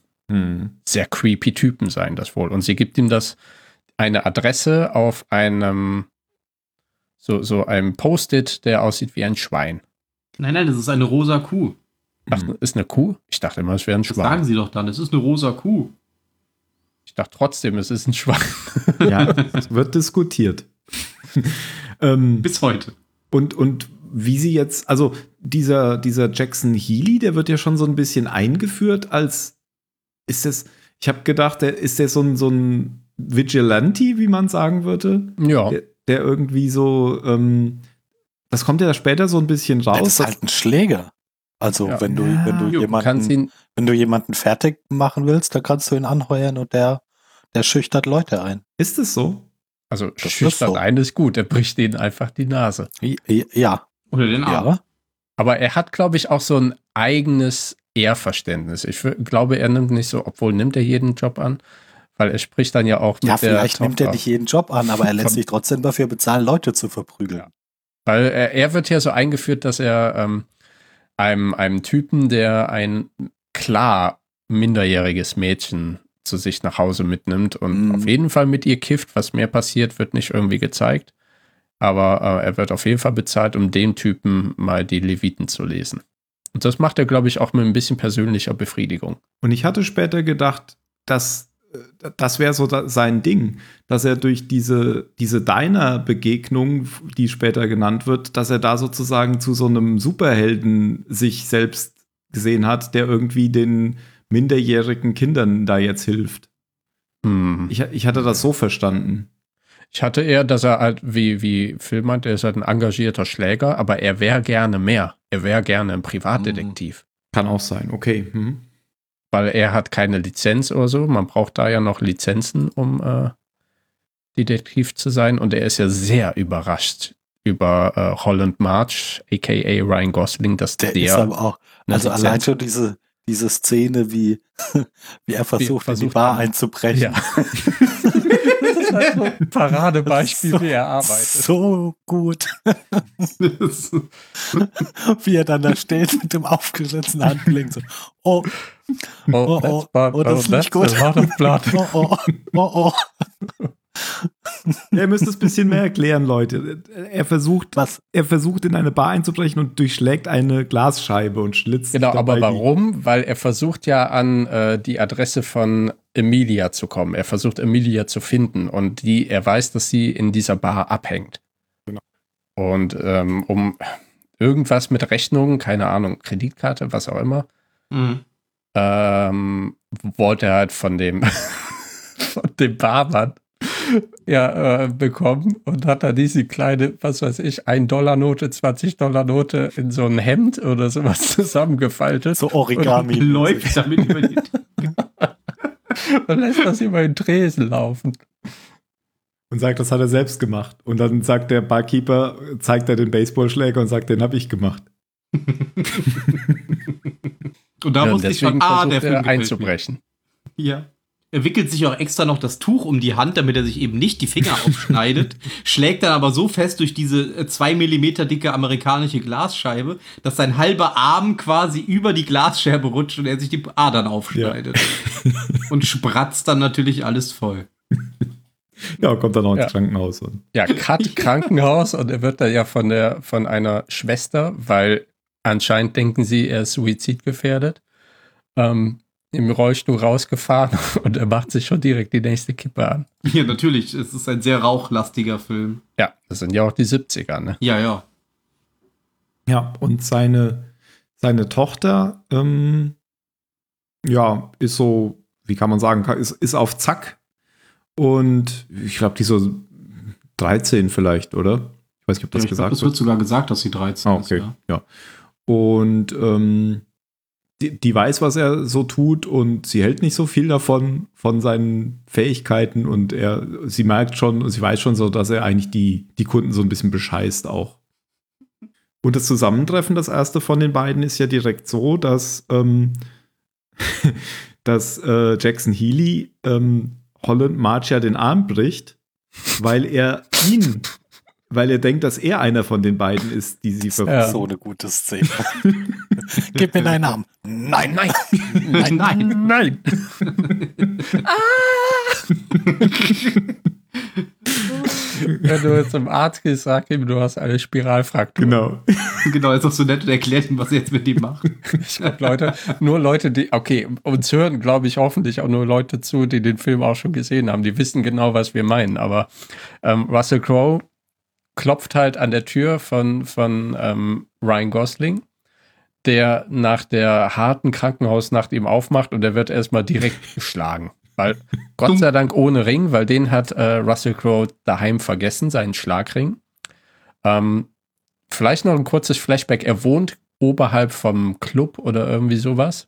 A: Sehr creepy Typen seien das wohl. Und sie gibt ihm das eine Adresse auf einem so, so einem Post-it, der aussieht wie ein Schwein.
C: Nein, nein, das ist eine rosa Kuh.
A: Ach, ist eine Kuh? Ich dachte immer, es wäre ein
C: Das
A: Schwein.
C: sagen sie doch dann. Es ist eine rosa Kuh.
A: Ich dachte trotzdem, es ist ein Schwein. <laughs>
B: Ja, es wird diskutiert. <laughs> ähm,
C: Bis heute.
B: und, und wie sie jetzt, also dieser, dieser Jackson Healy, der wird ja schon so ein bisschen eingeführt als, ist das, ich habe gedacht, der, ist der so ein, so ein Vigilante, wie man sagen würde?
A: Ja.
B: der, der irgendwie so, ähm, das kommt ja später so ein bisschen
D: Das
B: raus.
D: ist halt ein Schläger. Also
A: Ja.
D: wenn du, wenn du
B: Ja,
A: Du kannst
D: jemanden,
A: ihn
D: wenn du jemanden fertig machen willst, dann kannst du ihn anheuern und der, der schüchtert Leute ein.
B: ist es so?
A: Also
D: ist
A: schüchtern
D: so.
A: ein ist gut, er bricht ihnen einfach die Nase.
D: I- i- Ja,
C: Oder den Arm.
D: ja.
A: Aber er hat, glaube ich, auch so ein eigenes Ehrverständnis. Ich wür- glaube, er nimmt nicht so, obwohl nimmt er jeden Job an, weil er spricht dann ja auch mit der
D: Ja, vielleicht nimmt er
A: Tochter.
D: nicht jeden Job an, aber er lässt
A: Von-
D: sich trotzdem dafür bezahlen, Leute zu verprügeln.
A: Ja. Weil er, er wird ja so eingeführt, dass er ähm, einem, einem Typen, der ein klar minderjähriges Mädchen zu sich nach Hause mitnimmt und
D: Mhm.
A: auf jeden Fall mit ihr kifft, was mehr passiert, wird nicht irgendwie gezeigt. Aber äh, er wird auf jeden Fall bezahlt, um dem Typen mal die Leviten zu lesen. Und das macht er, glaube ich, auch mit ein bisschen persönlicher Befriedigung.
B: Und ich hatte später gedacht, dass äh, das wäre so da, sein Ding, dass er durch diese, diese Diner-Begegnung, die später genannt wird, dass er da sozusagen zu so einem Superhelden sich selbst gesehen hat, der irgendwie den minderjährigen Kindern da jetzt hilft.
A: Hm.
B: Ich, ich hatte das so verstanden.
A: Ich hatte eher, dass er halt, wie, wie Phil meint, er ist halt ein engagierter Schläger, aber er wäre gerne mehr. Er wäre gerne ein Privatdetektiv.
B: Kann auch sein, okay. Mhm.
A: weil er hat keine Lizenz oder so. Man braucht da ja noch Lizenzen, um äh, Detektiv zu sein. Und er ist ja sehr überrascht über äh, Holland March, aka Ryan Gosling, dass der, ne,
D: Der ist aber auch,
A: eine
D: also
A: Lizenz-
D: allein schon diese, diese Szene, wie, <laughs> wie er versucht, in
A: versucht
D: die Bar
A: haben.
D: einzubrechen.
A: ja. das ist halt so ein
D: <laughs>
A: Paradebeispiel, wie er arbeitet.
D: So gut, <laughs>
C: Das-
D: wie er dann da steht mit dem aufgeschlitzten Handgelenk. So, oh,
A: Oh,
D: <laughs> oh,
A: that's bad.
D: oh, das ist
A: that's
D: nicht gut.
A: a
D: <laughs>
A: lot of blood.
D: oh, oh, oh, oh.
B: Ihr müsst es ein bisschen mehr erklären, Leute. Er versucht,
D: Was?
B: er versucht in eine Bar einzubrechen und durchschlägt eine Glasscheibe und schlitzt.
A: Genau,
B: dabei
A: aber
B: die-
A: warum? Weil er versucht ja an äh, die Adresse von Emilia zu kommen. Er versucht Emilia zu finden und die, er weiß, dass sie in dieser Bar abhängt. Genau. Und ähm, um irgendwas mit Rechnungen, keine Ahnung, Kreditkarte, was auch immer,
C: Mhm.
A: ähm, wollte er halt von dem, <laughs> von dem Barmann ja, äh, bekommen und hat da diese kleine, was weiß ich, 1-Dollar-Note, 20-Dollar-Note in so ein Hemd oder sowas <laughs> zusammengefaltet.
D: So Origami.
C: <laughs> Läuft damit über die.
A: Dann lässt das über den Tresen laufen.
B: Und sagt, das hat er selbst gemacht. Und dann sagt der Barkeeper, zeigt er den Baseballschläger und sagt, den habe ich gemacht.
C: Und da musste ich schon, ah, der Film gefällt mir.
A: einzubrechen.
C: Ja. Er wickelt sich auch extra noch das Tuch um die Hand, damit er sich eben nicht
B: <laughs>
C: die Finger aufschneidet, schlägt dann aber so fest durch diese äh, zwei Millimeter dicke amerikanische Glasscheibe, dass sein halber Arm quasi über die Glasscherbe rutscht und er sich die Adern aufschneidet. und spratzt dann natürlich alles voll.
B: Ja, kommt dann auch ins
A: Ja.
B: Krankenhaus. Und
A: Ja, Cut Krankenhaus und er wird da ja von der von einer Schwester, weil anscheinend denken sie, er ist suizidgefährdet, ähm, im Rollstuhl rausgefahren <laughs> und er macht sich schon direkt die nächste Kippe an.
C: Ja, natürlich, es ist ein sehr rauchlastiger Film.
A: Ja, das sind ja auch die 70er, ne?
C: Ja, ja.
B: ja, und seine, seine Tochter, ähm, ja, ist so, wie kann man sagen, ist, ist auf Zack. Und ich glaube, die ist so 13 vielleicht, oder? Ich weiß nicht, ob das gesagt
C: es wird sogar gesagt, dass sie 13
B: Ah, okay.
C: ist. Ja.
B: Ja. Und ähm, die, die weiß, was er so tut und sie hält nicht so viel davon, von seinen Fähigkeiten und er, sie merkt schon und sie weiß schon so, dass er eigentlich die, die Kunden so ein bisschen bescheißt auch. Und das Zusammentreffen, das erste von den beiden, ist ja direkt so, dass, ähm, <laughs> dass äh, Jackson Healy ähm, Holland March ja den Arm bricht, weil er ihn, weil er denkt, dass er einer von den beiden ist, die sie verfolgt.
D: So eine gute Szene. <laughs> Gib mir deinen Arm. Nein, nein.
C: Nein,
B: <laughs>
C: nein.
A: <laughs> Nein! Ah! <laughs> Wenn du jetzt zum Arzt gehst, sag ihm, du hast eine Spiralfraktur.
B: Genau.
C: Genau, ist doch so nett und erklärt ihm, was er jetzt mit dem macht.
A: <laughs> Ich glaube, Leute, nur Leute, die, okay, uns hören, glaube ich, hoffentlich auch nur Leute zu, die den Film auch schon gesehen haben. Die wissen genau, was wir meinen. Aber ähm, Russell Crowe klopft halt an der Tür von, von ähm, Ryan Gosling, der nach der harten Krankenhausnacht ihm aufmacht und der wird erstmal direkt <laughs> geschlagen. Weil, Gott sei Dank ohne Ring, weil den hat äh, Russell Crowe daheim vergessen, seinen Schlagring. Ähm, vielleicht noch ein kurzes Flashback. Er wohnt oberhalb vom Club oder irgendwie sowas,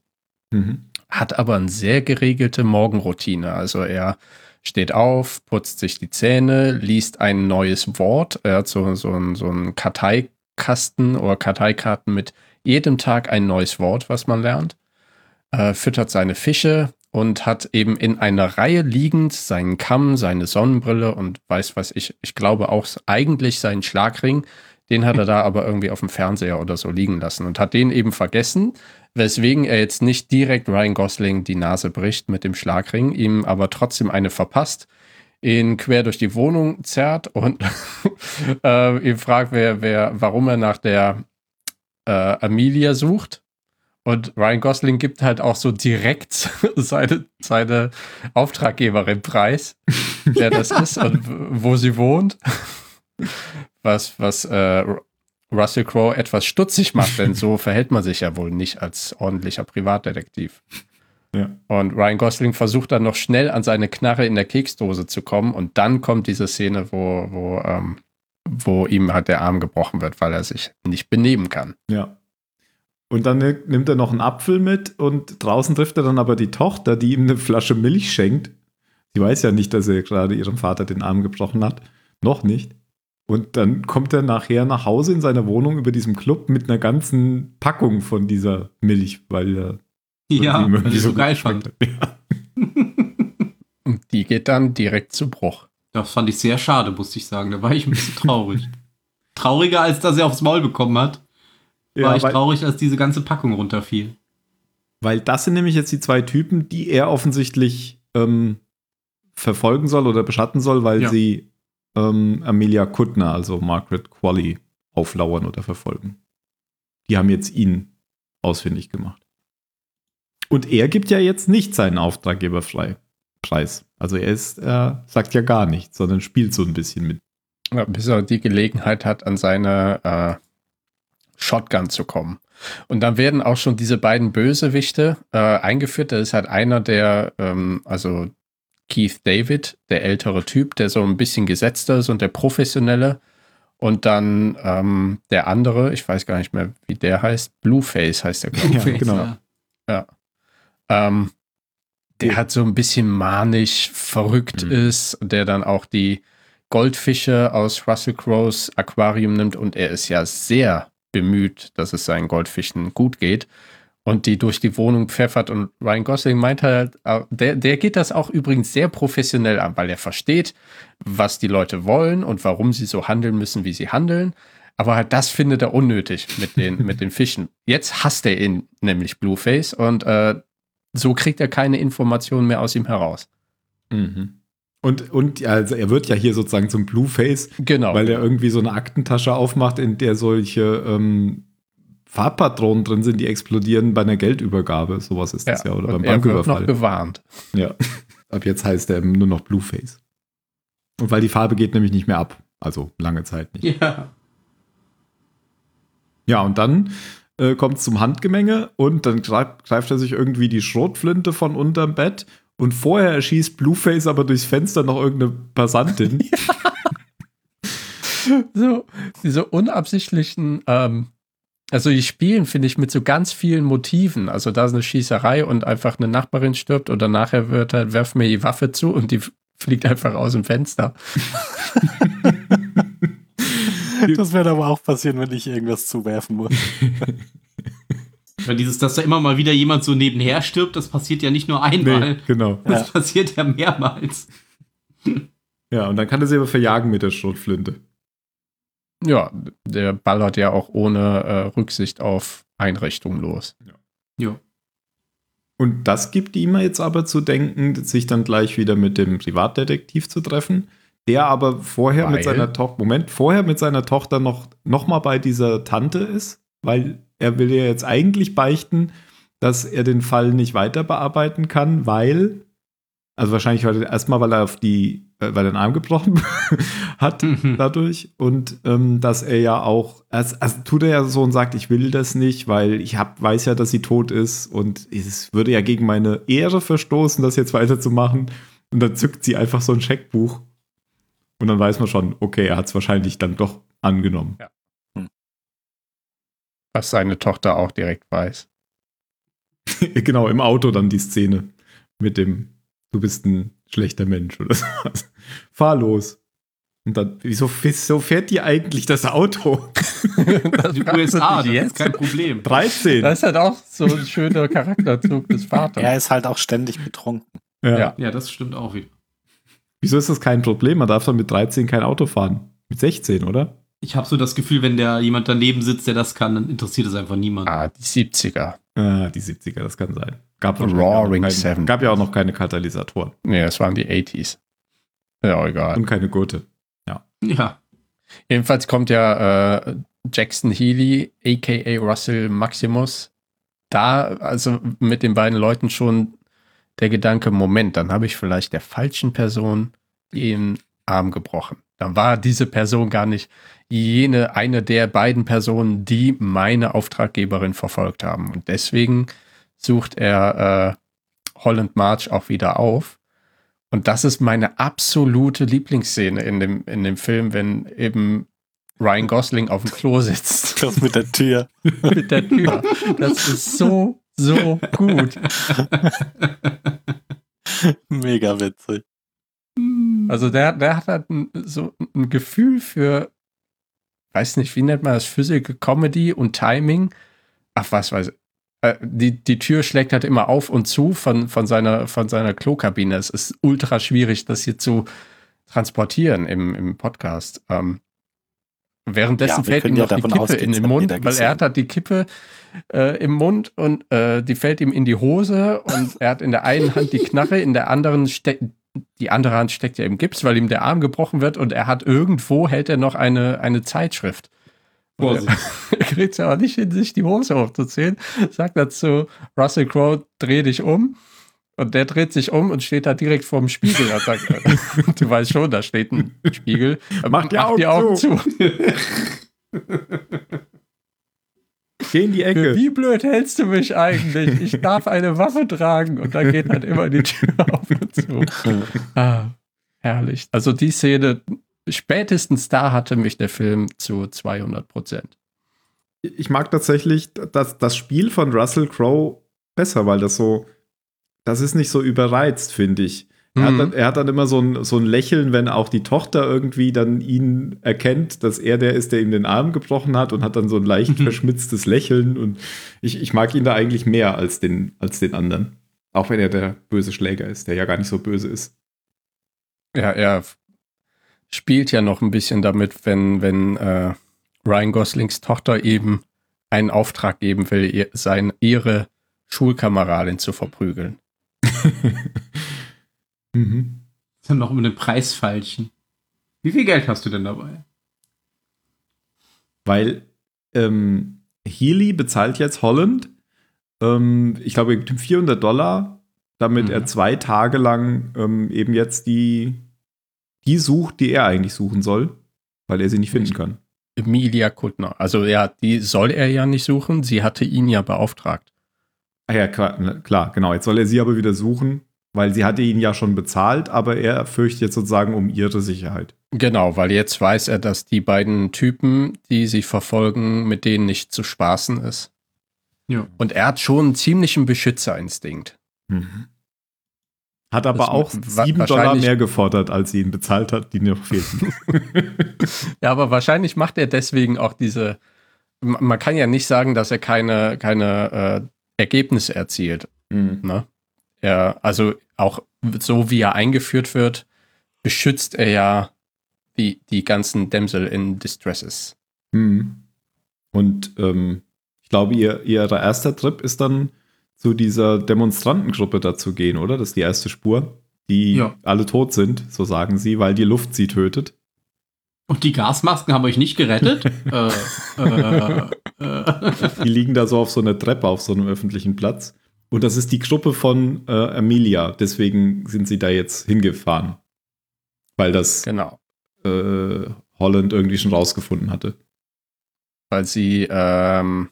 B: Mhm.
A: hat aber eine sehr geregelte Morgenroutine. Also er steht auf, putzt sich die Zähne, liest ein neues Wort. Er hat so, so, einen, so einen Karteikasten oder Karteikarten mit jedem Tag ein neues Wort, was man lernt. Äh, füttert seine Fische und hat eben in einer Reihe liegend seinen Kamm, seine Sonnenbrille und weiß was ich, ich glaube auch eigentlich seinen Schlagring. Den hat er da aber irgendwie auf dem Fernseher oder so liegen lassen und hat den eben vergessen, weswegen er jetzt nicht direkt Ryan Gosling die Nase bricht mit dem Schlagring, ihm aber trotzdem eine verpasst, ihn quer durch die Wohnung zerrt und <laughs> äh, ihn fragt, wer, wer, warum er nach der äh, Amelia sucht. Und Ryan Gosling gibt halt auch so direkt <laughs> seine, seine Auftraggeberin preis, wer das ist und w- wo sie wohnt. Was, was äh, Russell Crowe etwas stutzig macht, denn so verhält man sich ja wohl nicht als ordentlicher Privatdetektiv.
B: Ja.
A: Und Ryan Gosling versucht dann noch schnell an seine Knarre in der Keksdose zu kommen und dann kommt diese Szene, wo, wo, ähm, wo ihm halt der Arm gebrochen wird, weil er sich nicht benehmen kann.
B: Ja. Und dann ni- nimmt er noch einen Apfel mit und draußen trifft er dann aber die Tochter, die ihm eine Flasche Milch schenkt. Sie weiß ja nicht, dass er gerade ihrem Vater den Arm gebrochen hat. Noch nicht. Und dann kommt er nachher nach Hause in seine Wohnung über diesem Club mit einer ganzen Packung von dieser Milch, weil er
C: Ja,
B: ihm irgendwie
C: weil ich so
B: gut
C: geil
B: geschmeckt
C: fand.
B: hat. Ja.
A: Und die geht dann direkt zu Bruch.
C: Das fand ich sehr schade, musste ich sagen. Da war ich ein bisschen traurig. Trauriger, als dass er aufs Maul bekommen hat, war
B: Ja,
C: ich
B: weil-
C: traurig, als diese ganze Packung runterfiel.
B: Weil das sind nämlich jetzt die zwei Typen, die er offensichtlich ähm, verfolgen soll oder beschatten soll, weil
C: Ja.
B: sie ähm, Amelia Kuttner, also Margaret Qualley, auflauern oder verfolgen. Die haben jetzt ihn ausfindig gemacht. Und er gibt ja jetzt nicht seinen Auftraggeber frei. Preis. Also er ist, äh, sagt ja gar nichts, sondern spielt so ein bisschen mit.
A: Ja, bis er die Gelegenheit hat, an seine äh, Shotgun zu kommen. Und dann werden auch schon diese beiden Bösewichte äh, eingeführt. Da ist halt einer der, ähm, also Keith David, der ältere Typ, der so ein bisschen gesetzter ist und der professionelle. Und dann ähm, der andere, ich weiß gar nicht mehr, wie der heißt. Blueface heißt der, glaube ich.
B: Ja, genau.
C: Ja.
A: Ähm, der hat so ein bisschen manisch verrückt
B: Mhm.
A: ist, der dann auch die Goldfische aus Russell Crowes Aquarium nimmt und er ist ja sehr bemüht, dass es seinen Goldfischen gut geht und die durch die Wohnung pfeffert und Ryan Gosling meint halt, äh, der, der geht das auch übrigens sehr professionell an, weil er versteht, was die Leute wollen und warum sie so handeln müssen, wie sie handeln. Aber halt das findet er unnötig mit den, mit den Fischen. Jetzt hasst er ihn, nämlich Blueface, und äh, so kriegt er keine Informationen mehr aus ihm heraus.
B: Und, und also er wird ja hier sozusagen zum Blueface,
A: Genau.
B: Weil er irgendwie so eine Aktentasche aufmacht, in der solche ähm, Farbpatronen drin sind, die explodieren bei einer Geldübergabe. Sowas ist das ja, oder
A: und
B: beim
A: er wird noch
B: Banküberfall.
A: gewarnt.
B: Ja. Ab jetzt heißt er nur noch Blueface. Und weil die Farbe geht nämlich nicht mehr ab. Also lange Zeit nicht.
C: Ja.
B: Ja, und dann äh, kommt es zum Handgemenge und dann greift, greift er sich irgendwie die Schrotflinte von unterm Bett und vorher erschießt Blueface aber durchs Fenster noch irgendeine
A: <laughs>
B: Passantin.
A: So, diese unabsichtlichen ähm, Also die spielen, finde ich, mit so ganz vielen Motiven. Also da ist eine Schießerei und einfach eine Nachbarin stirbt oder nachher wird halt, werf mir die Waffe zu und die fliegt einfach aus dem Fenster.
D: Das wird aber auch passieren, wenn ich irgendwas
A: <laughs>
D: zuwerfen muss.
C: Weil dieses, dass da immer mal wieder jemand so nebenher stirbt, das passiert ja nicht nur einmal.
B: genau.
C: Das passiert ja mehrmals.
B: Ja, und dann kann er sie aber verjagen mit der Schrotflinte.
A: Ja, der ballert ja auch ohne äh, Rücksicht auf Einrichtung los.
C: Jo.
B: Und das gibt ihm jetzt aber zu denken, sich dann gleich wieder mit dem Privatdetektiv zu treffen, der aber vorher
A: Weil?
B: mit seiner Tochter, Moment, vorher mit seiner Tochter noch, noch mal bei dieser Tante ist, weil er will ja jetzt eigentlich beichten, dass er den Fall nicht weiter bearbeiten kann, weil, also wahrscheinlich weil- erstmal, weil er auf die, äh, weil er den Arm gebrochen <laughs> hat, <laughs> dadurch und ähm, dass er ja auch, also, also tut er ja so und sagt, ich will das nicht, weil ich hab, weiß ja, dass sie tot ist und es würde ja gegen meine Ehre verstoßen, das jetzt weiterzumachen. Und dann zückt sie einfach so ein Scheckbuch und dann weiß man schon, okay, er hat es wahrscheinlich dann doch angenommen. <laughs>
A: Was seine Tochter auch direkt weiß.
B: genau, im Auto dann die Szene mit dem, du bist ein schlechter Mensch oder <laughs> sowas. Fahr los. Und dann, wieso, wieso fährt die eigentlich das Auto? <laughs>
C: Die USA, das ist
A: jetzt?
C: kein Problem.
B: 13.
A: Das ist halt auch so ein schöner Charakterzug des Vaters.
D: Er ist halt auch ständig
A: <laughs>
D: betrunken.
A: ja.
C: Ja, das stimmt auch wieder.
B: Wieso ist das kein Problem? Man darf dann mit 13 kein Auto fahren. Mit 16, oder?
C: Ich habe so das Gefühl, wenn da jemand daneben sitzt, der das kann, dann interessiert es einfach niemand.
A: Ah, die 70er.
B: Ah, die 70er, das kann sein. Gab
A: Roaring
B: wahrscheinlich auch noch keine,
A: Seven.
B: gab ja auch noch keine Katalysatoren
A: Nee, das waren die 80s. Ja, egal.
B: und keine Gurte.
C: Ja.
A: Jedenfalls kommt ja äh, Jackson Healy, aka Russell Maximus, da, also mit den beiden Leuten schon der Gedanke, Moment, dann habe ich vielleicht der falschen Person den Arm gebrochen. Dann war diese Person gar nicht jene, eine der beiden Personen, die meine Auftraggeberin verfolgt haben. Und deswegen sucht er äh, Holland March auch wieder auf. Und das ist meine absolute Lieblingsszene in dem, in dem Film, wenn eben Ryan Gosling auf dem Klo sitzt
D: Das mit der Tür.
A: mit der Tür. Das ist so, so gut.
D: Mega witzig.
A: Also der, der hat halt ein, so ein Gefühl für, weiß nicht, wie nennt man das, Physical Comedy und Timing. Ach, was weiß ich. Äh, Die, die Tür schlägt halt immer auf und zu von, von seiner, von seiner Klokabine. Es ist ultra schwierig, das hier zu transportieren im, im Podcast. Ähm, währenddessen
D: Ja, wir
A: fällt ihm
D: können ja
A: noch die
D: davon
A: Kippe
D: ausgehen,
A: in
D: das
A: den
D: hat
A: Mund,
D: jeder
A: weil
D: gesehen.
A: er hat halt die Kippe äh, im Mund und äh, die fällt ihm in die Hose und er hat in der einen Hand die Knarre, in der anderen steckt die andere Hand steckt ja im Gips, weil ihm der Arm gebrochen wird und er hat irgendwo hält er noch eine, eine Zeitschrift.
C: Vorsicht.
A: Er kriegt es aber nicht hin, sich die Hose hochzuziehen. Sagt dazu Russell Crowe, dreh dich um. Und der dreht sich um und steht da direkt vorm Spiegel. Er
B: <laughs>
A: sagt, du weißt schon, da steht ein Spiegel. Ähm,
B: Mach die Augen zu. Geh in die
A: Für
B: Ecke.
A: Wie blöd hältst du mich eigentlich? Ich darf eine Waffe tragen. Und dann geht halt immer die Tür <laughs> auf und zu. Ah, herrlich. Also die Szene, spätestens da hatte mich der Film zu 200 Prozent.
B: Ich mag tatsächlich das, das Spiel von Russell Crowe besser, weil das so, das ist nicht so überreizt, finde ich. Er,
A: Mhm.
B: hat dann, er hat dann immer so ein, so ein Lächeln, wenn auch die Tochter irgendwie dann ihn erkennt, dass er der ist, der ihm den Arm gebrochen hat und hat dann so ein leicht verschmitztes Lächeln. Und ich, ich mag ihn da eigentlich mehr als den, als den anderen. Auch wenn er der böse Schläger ist, der ja gar nicht so böse ist.
A: Ja, er f- spielt ja noch ein bisschen damit, wenn, wenn äh, Ryan Goslings Tochter eben einen Auftrag geben will, ihr, sein, ihre Schulkameradin zu verprügeln.
B: Mhm.
C: Dann noch um den Preis falschen. Wie viel Geld hast du denn dabei?
B: Weil ähm, Healy bezahlt jetzt Holland, ähm, ich glaube, 400 Dollar, damit
C: Mhm.
B: er zwei Tage lang ähm, eben jetzt die, die sucht, die er eigentlich suchen soll, weil er sie nicht finden kann.
A: Emilia Kuttner. Also ja, die soll er ja nicht suchen. Sie hatte ihn ja beauftragt.
B: Ah ja, klar, klar, genau. Jetzt soll er sie aber wieder suchen, Weil sie hatte ihn ja schon bezahlt, aber er fürchtet jetzt sozusagen um ihre Sicherheit.
A: Genau, weil jetzt weiß er, dass die beiden Typen, die sie verfolgen, mit denen nicht zu spaßen ist.
C: Ja.
A: Und er hat schon einen ziemlichen Beschützerinstinkt.
B: Hm. Hat aber
A: Mhm. Das
B: auch
A: wa-
B: sieben Dollar
A: wahrscheinlich-
B: mehr gefordert, als sie ihn bezahlt hat, die noch
A: <laughs>
B: fehlten.
A: Ja, aber wahrscheinlich macht er deswegen auch diese. ma- Man kann ja nicht sagen, dass er keine, keine äh, Ergebnisse erzielt. Ne? Er, also auch so wie er eingeführt wird, beschützt er ja die, die ganzen Dämsel in Distresses.
B: Mhm. Und ähm, ich glaube, ihr, ihr erster Trip ist dann zu dieser Demonstrantengruppe dazu gehen, oder? Das ist die erste Spur, die
C: Ja.
B: alle tot sind, so sagen sie, weil die Luft sie tötet.
C: Und die Gasmasken haben euch
A: <laughs>
C: nicht gerettet? äh, äh, äh.
B: Die liegen da so auf so einer Treppe auf so einem öffentlichen Platz. Und das ist die Gruppe von äh, Amelia. Deswegen sind sie da jetzt hingefahren. Weil das
A: Genau.
B: äh, Holland irgendwie schon rausgefunden hatte.
A: Weil sie, ähm,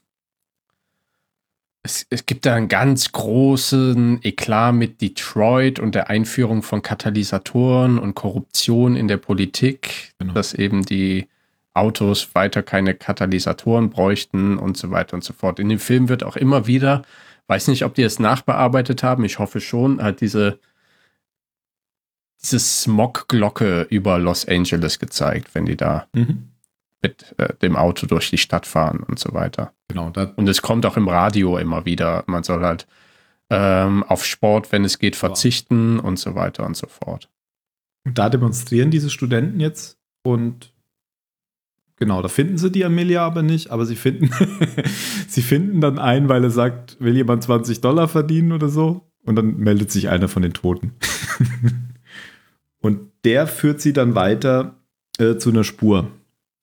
A: es, es gibt da einen ganz großen Eklat mit Detroit und der Einführung von Katalysatoren und Korruption in der Politik,
B: Genau.
A: dass eben die Autos weiter keine Katalysatoren bräuchten und so weiter und so fort. In dem Film wird auch immer wieder, weiß nicht, ob die es nachbearbeitet haben, ich hoffe schon, halt diese, diese Smog-Glocke über Los Angeles gezeigt, wenn die da mit äh, dem Auto durch die Stadt fahren und so weiter.
B: Genau, da
A: Und es kommt auch im Radio immer wieder. Man soll halt ähm, auf Sport, wenn es geht, verzichten und so weiter und so fort.
B: Und da demonstrieren diese Studenten jetzt und genau, da finden sie die Amelia aber nicht, aber sie finden, <laughs> sie finden dann einen, weil er sagt, will jemand 20 Dollar verdienen oder so? Und dann meldet sich einer von den Toten. <laughs> und der führt sie dann weiter äh, zu einer Spur,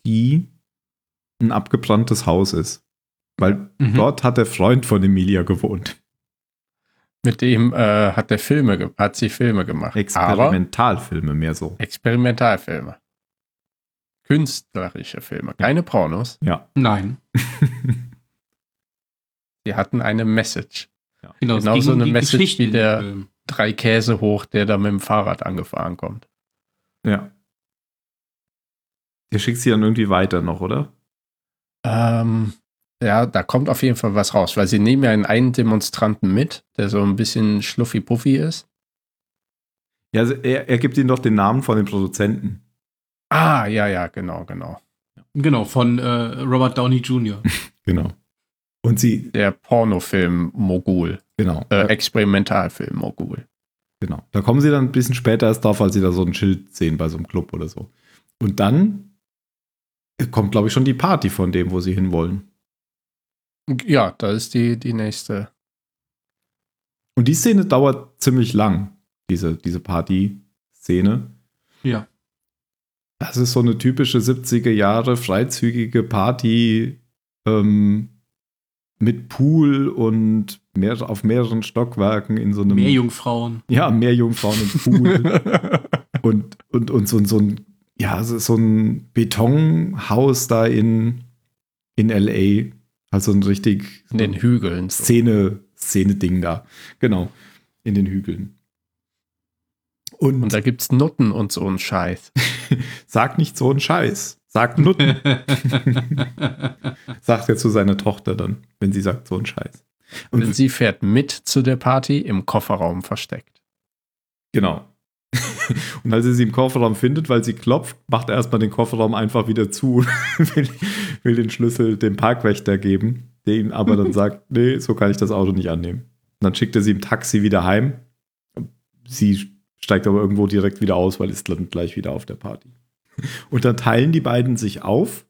B: die ein abgebranntes Haus ist. Weil
C: Mhm.
B: dort hat der Freund von Emilia gewohnt.
A: Mit dem äh, hat der Filme, ge- hat sie Filme gemacht. Aber
B: Experimentalfilme mehr so.
A: Experimentalfilme. Künstlerische Filme, keine Pornos.
B: Ja.
C: Nein.
A: Die hatten eine Message.
C: Genau, es
A: Genau
C: ging
A: so
C: um
A: eine
C: die
A: Message wie
C: Geschichten Ähm, im
A: der-
C: Film.
A: Drei Käse hoch, der da mit dem Fahrrad angefahren kommt.
B: Ja. Der schickt sie dann irgendwie weiter noch, oder?
A: Ähm, ja, da kommt auf jeden Fall was raus, weil sie nehmen ja einen, einen Demonstranten mit, der so ein bisschen schluffi-puffi ist.
B: Ja, also er, er gibt ihnen doch den Namen von den Produzenten.
A: Ah, ja, ja, genau, genau.
C: Genau, von äh, Robert Downey Jr.
A: Hm.
B: Genau. Und sie,
A: Der Pornofilm-Mogul,
B: genau,
A: äh,
B: äh,
A: Experimentalfilm-Mogul.
B: genau. Da kommen sie dann ein bisschen später erst drauf, als sie da so ein Schild sehen bei so einem Club oder so. Und dann kommt, glaube ich, schon die Party von dem, wo sie hinwollen.
A: Ja, da ist die, die nächste.
B: Und die Szene dauert ziemlich lang, diese, diese Party-Szene.
C: ja.
B: Das ist so eine typische 70er Jahre freizügige Party ähm, mit Pool und mehr, auf mehreren Stockwerken in so einem.
A: <laughs>
C: Mehr Jungfrauen.
B: ja, mehr Jungfrauen im Pool.
C: <laughs>
B: und, und, und so, so ein, ja, so- so ein Betonhaus da in, in LA. Also ein richtig
A: In den Hügeln. So.
B: Szene, Szene-Ding da. Genau. In den Hügeln.
A: Und da gibt's Nutten und so einen Scheiß.
B: Sag nicht so einen Scheiß. Sag Nutten. <laughs> sagt er zu seiner Tochter dann, wenn sie sagt so einen Scheiß. Und
A: Und sie fährt mit zu der Party im Kofferraum versteckt.
B: genau. <laughs> Und als er sie im Kofferraum findet, weil sie klopft, macht er erstmal den Kofferraum einfach wieder zu, <laughs> will, will den Schlüssel dem Parkwächter geben, der ihm aber dann sagt, nee, so kann ich das Auto nicht annehmen. Und dann schickt er sie im Taxi wieder heim. Sie steigt aber irgendwo direkt wieder aus, weil ist dann gleich wieder auf der Party. <laughs> Und dann teilen die beiden sich auf,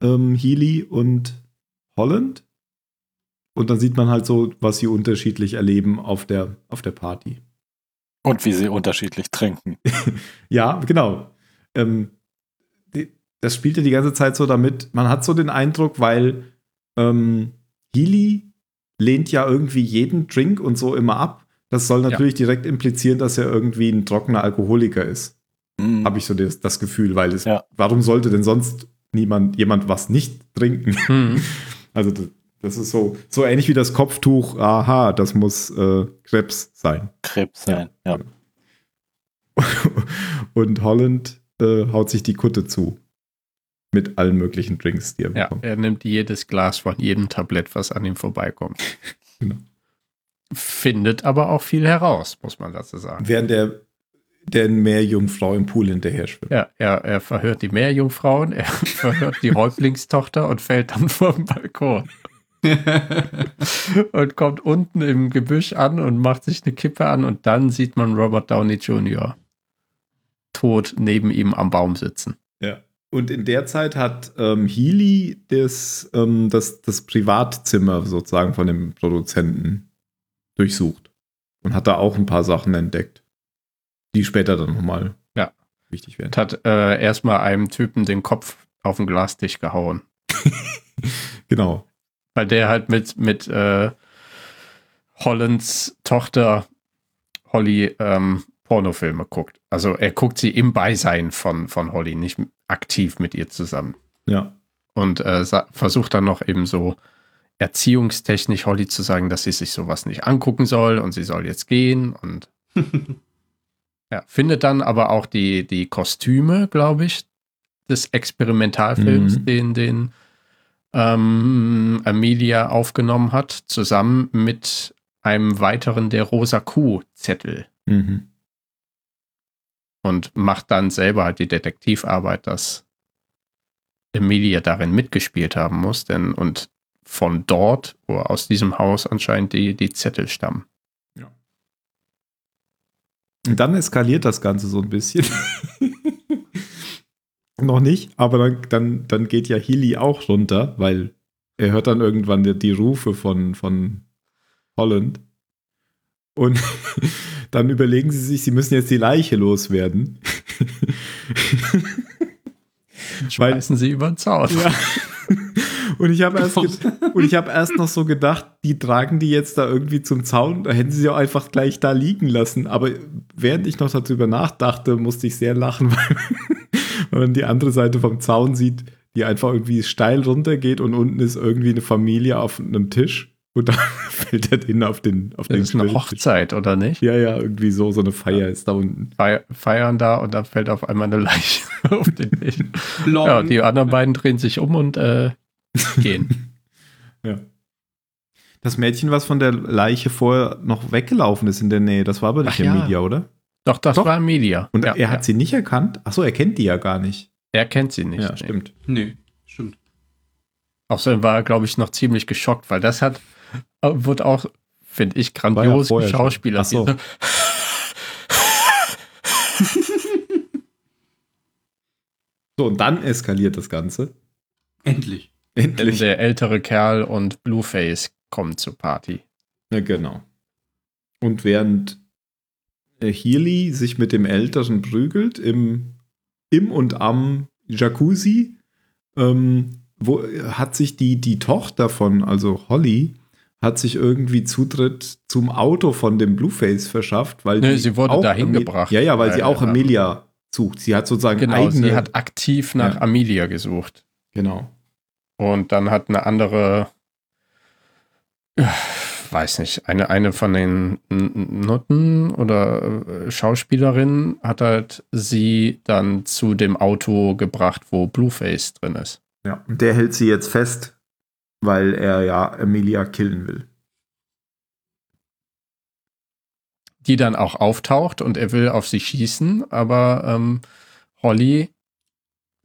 B: ähm, Healy und Holland. Und dann sieht man halt so, was sie unterschiedlich erleben auf der, auf der Party.
D: Und wie sie unterschiedlich trinken.
B: Ja, genau. Ähm, die, das spielt ja die ganze Zeit so damit. Man hat so den Eindruck, weil ähm, Healy lehnt ja irgendwie jeden Drink und so immer ab. Das soll natürlich direkt implizieren, dass er irgendwie ein trockener Alkoholiker ist.
D: Mhm.
B: Habe ich so das, das Gefühl, weil es,
D: Ja.
B: warum sollte denn sonst niemand, jemand was nicht trinken? <laughs>
A: Hm.
B: Also, das, Das ist so, so ähnlich wie das Kopftuch. Aha, das muss äh, Krebs sein.
D: Krebs sein, ja.
B: Und Holland äh, haut sich die Kutte zu. Mit allen möglichen Drinks, die er
A: Ja,
B: bekommt.
A: er nimmt jedes Glas von jedem Tablett, was an ihm vorbeikommt.
B: Genau.
A: Findet aber auch viel heraus, muss man dazu sagen.
B: Während der, der Meerjungfrau im Pool hinterher schwimmt.
A: Ja, er, er verhört die Meerjungfrauen, er <laughs> verhört die Häuptlingstochter und fällt dann <laughs> vom Balkon und kommt unten im Gebüsch an und macht sich eine Kippe an und dann sieht man Robert Downey Jr. tot neben ihm am Baum sitzen.
B: Und in der Zeit hat ähm, Healy das, ähm, das, das Privatzimmer sozusagen von dem Produzenten durchsucht. Und hat da auch ein paar Sachen entdeckt, die später dann nochmal
A: Ja.
B: wichtig werden.
A: und hat äh, erstmal einem Typen den Kopf auf den Glastisch gehauen,
B: Genau.
A: weil der halt mit, mit äh, Hollands Tochter Holly ähm, Pornofilme guckt. Also er guckt sie im Beisein von, von Holly, nicht aktiv mit ihr zusammen.
B: Ja.
A: Und äh, sa- versucht dann noch eben so erziehungstechnisch Holly zu sagen, dass sie sich sowas nicht angucken soll und sie soll jetzt gehen und ja, findet dann aber auch die, die Kostüme, glaube ich, des Experimentalfilms,
B: Mhm.
A: den, den ähm, Amelia aufgenommen hat, zusammen mit einem weiteren der Rosa Kuh-Zettel
B: Mhm.
A: und macht dann selber halt die Detektivarbeit, dass Emilia darin mitgespielt haben muss, denn und von dort oder aus diesem Haus anscheinend die, die Zettel stammen.
B: Und dann eskaliert das Ganze so ein bisschen. <laughs> Noch nicht, aber dann, dann, dann geht ja Healy auch runter, weil er hört dann irgendwann die, die Rufe von, von Holland. Und <laughs> dann überlegen sie sich, sie müssen jetzt die Leiche loswerden.
A: Schmeißen sie über den Zaun.
B: Ja. Und ich habe erst, ge- und ich hab erst noch so gedacht, die tragen die jetzt da irgendwie zum Zaun, da hätten sie sie auch einfach gleich da liegen lassen. Aber während ich noch darüber nachdachte, musste ich sehr lachen, <laughs> weil wenn man die andere Seite vom Zaun sieht, die einfach irgendwie steil runtergeht und unten ist irgendwie eine Familie auf einem Tisch und dann <laughs> fällt er denen auf den auf
A: Das
B: den
A: ist eine
B: Grill.
A: Hochzeit, oder nicht?
B: Ja, ja, irgendwie so, so eine Feier ist da unten.
A: Fei- Feiern da und dann fällt auf einmal eine Leiche <laughs> auf den Tisch.
C: Long.
A: Ja, die anderen beiden drehen sich um und äh,
B: <laughs>
A: gehen.
B: Das Mädchen, was von der Leiche vorher noch weggelaufen ist in der Nähe, das war aber
A: Ach
B: nicht
A: ja.
B: Emilia, oder?
A: Doch, das
B: Doch.
A: war Amelia.
B: Und
A: ja,
B: er hat
A: ja.
B: sie nicht erkannt? Achso, er kennt die ja gar nicht.
A: er kennt sie nicht. nee.
C: nee, stimmt.
A: Außerdem war er, glaube ich, noch ziemlich geschockt, weil das hat, äh, wird auch, finde ich,
B: War ja
A: grandios
B: vorher schon.
A: Schauspieler. <laughs>
B: Ach so.
A: Die-
B: So, und dann eskaliert das Ganze.
C: Endlich. <laughs>
A: Denn
B: Endlich.
A: der ältere Kerl und Blueface kommen zur Party.
B: Ja, genau. Und während äh, Healy sich mit dem Älteren prügelt, im, im und am Jacuzzi, ähm, wo, hat sich die, die Tochter von, also Holly, hat sich irgendwie Zutritt zum Auto von dem Blueface verschafft, weil
A: Nö,
B: die
A: sie wurde
B: auch
A: dahin
B: Ami-
A: gebracht.
B: Ja, ja, weil sie
A: Ja,
B: auch
A: ja.
B: Amelia sucht. Sie hat sozusagen
A: Genau,
B: eigene.
A: sie hat aktiv nach
B: Ja.
A: Amelia gesucht.
B: genau.
A: Und dann hat eine andere, äh, weiß nicht, eine, eine von den N- N- Nutten oder äh, Schauspielerinnen hat halt sie dann zu dem Auto gebracht, wo Blueface drin ist.
B: Ja, und der hält sie jetzt fest, weil er ja Amelia killen will.
A: die dann auch auftaucht und er will auf sie schießen, aber ähm, Holly,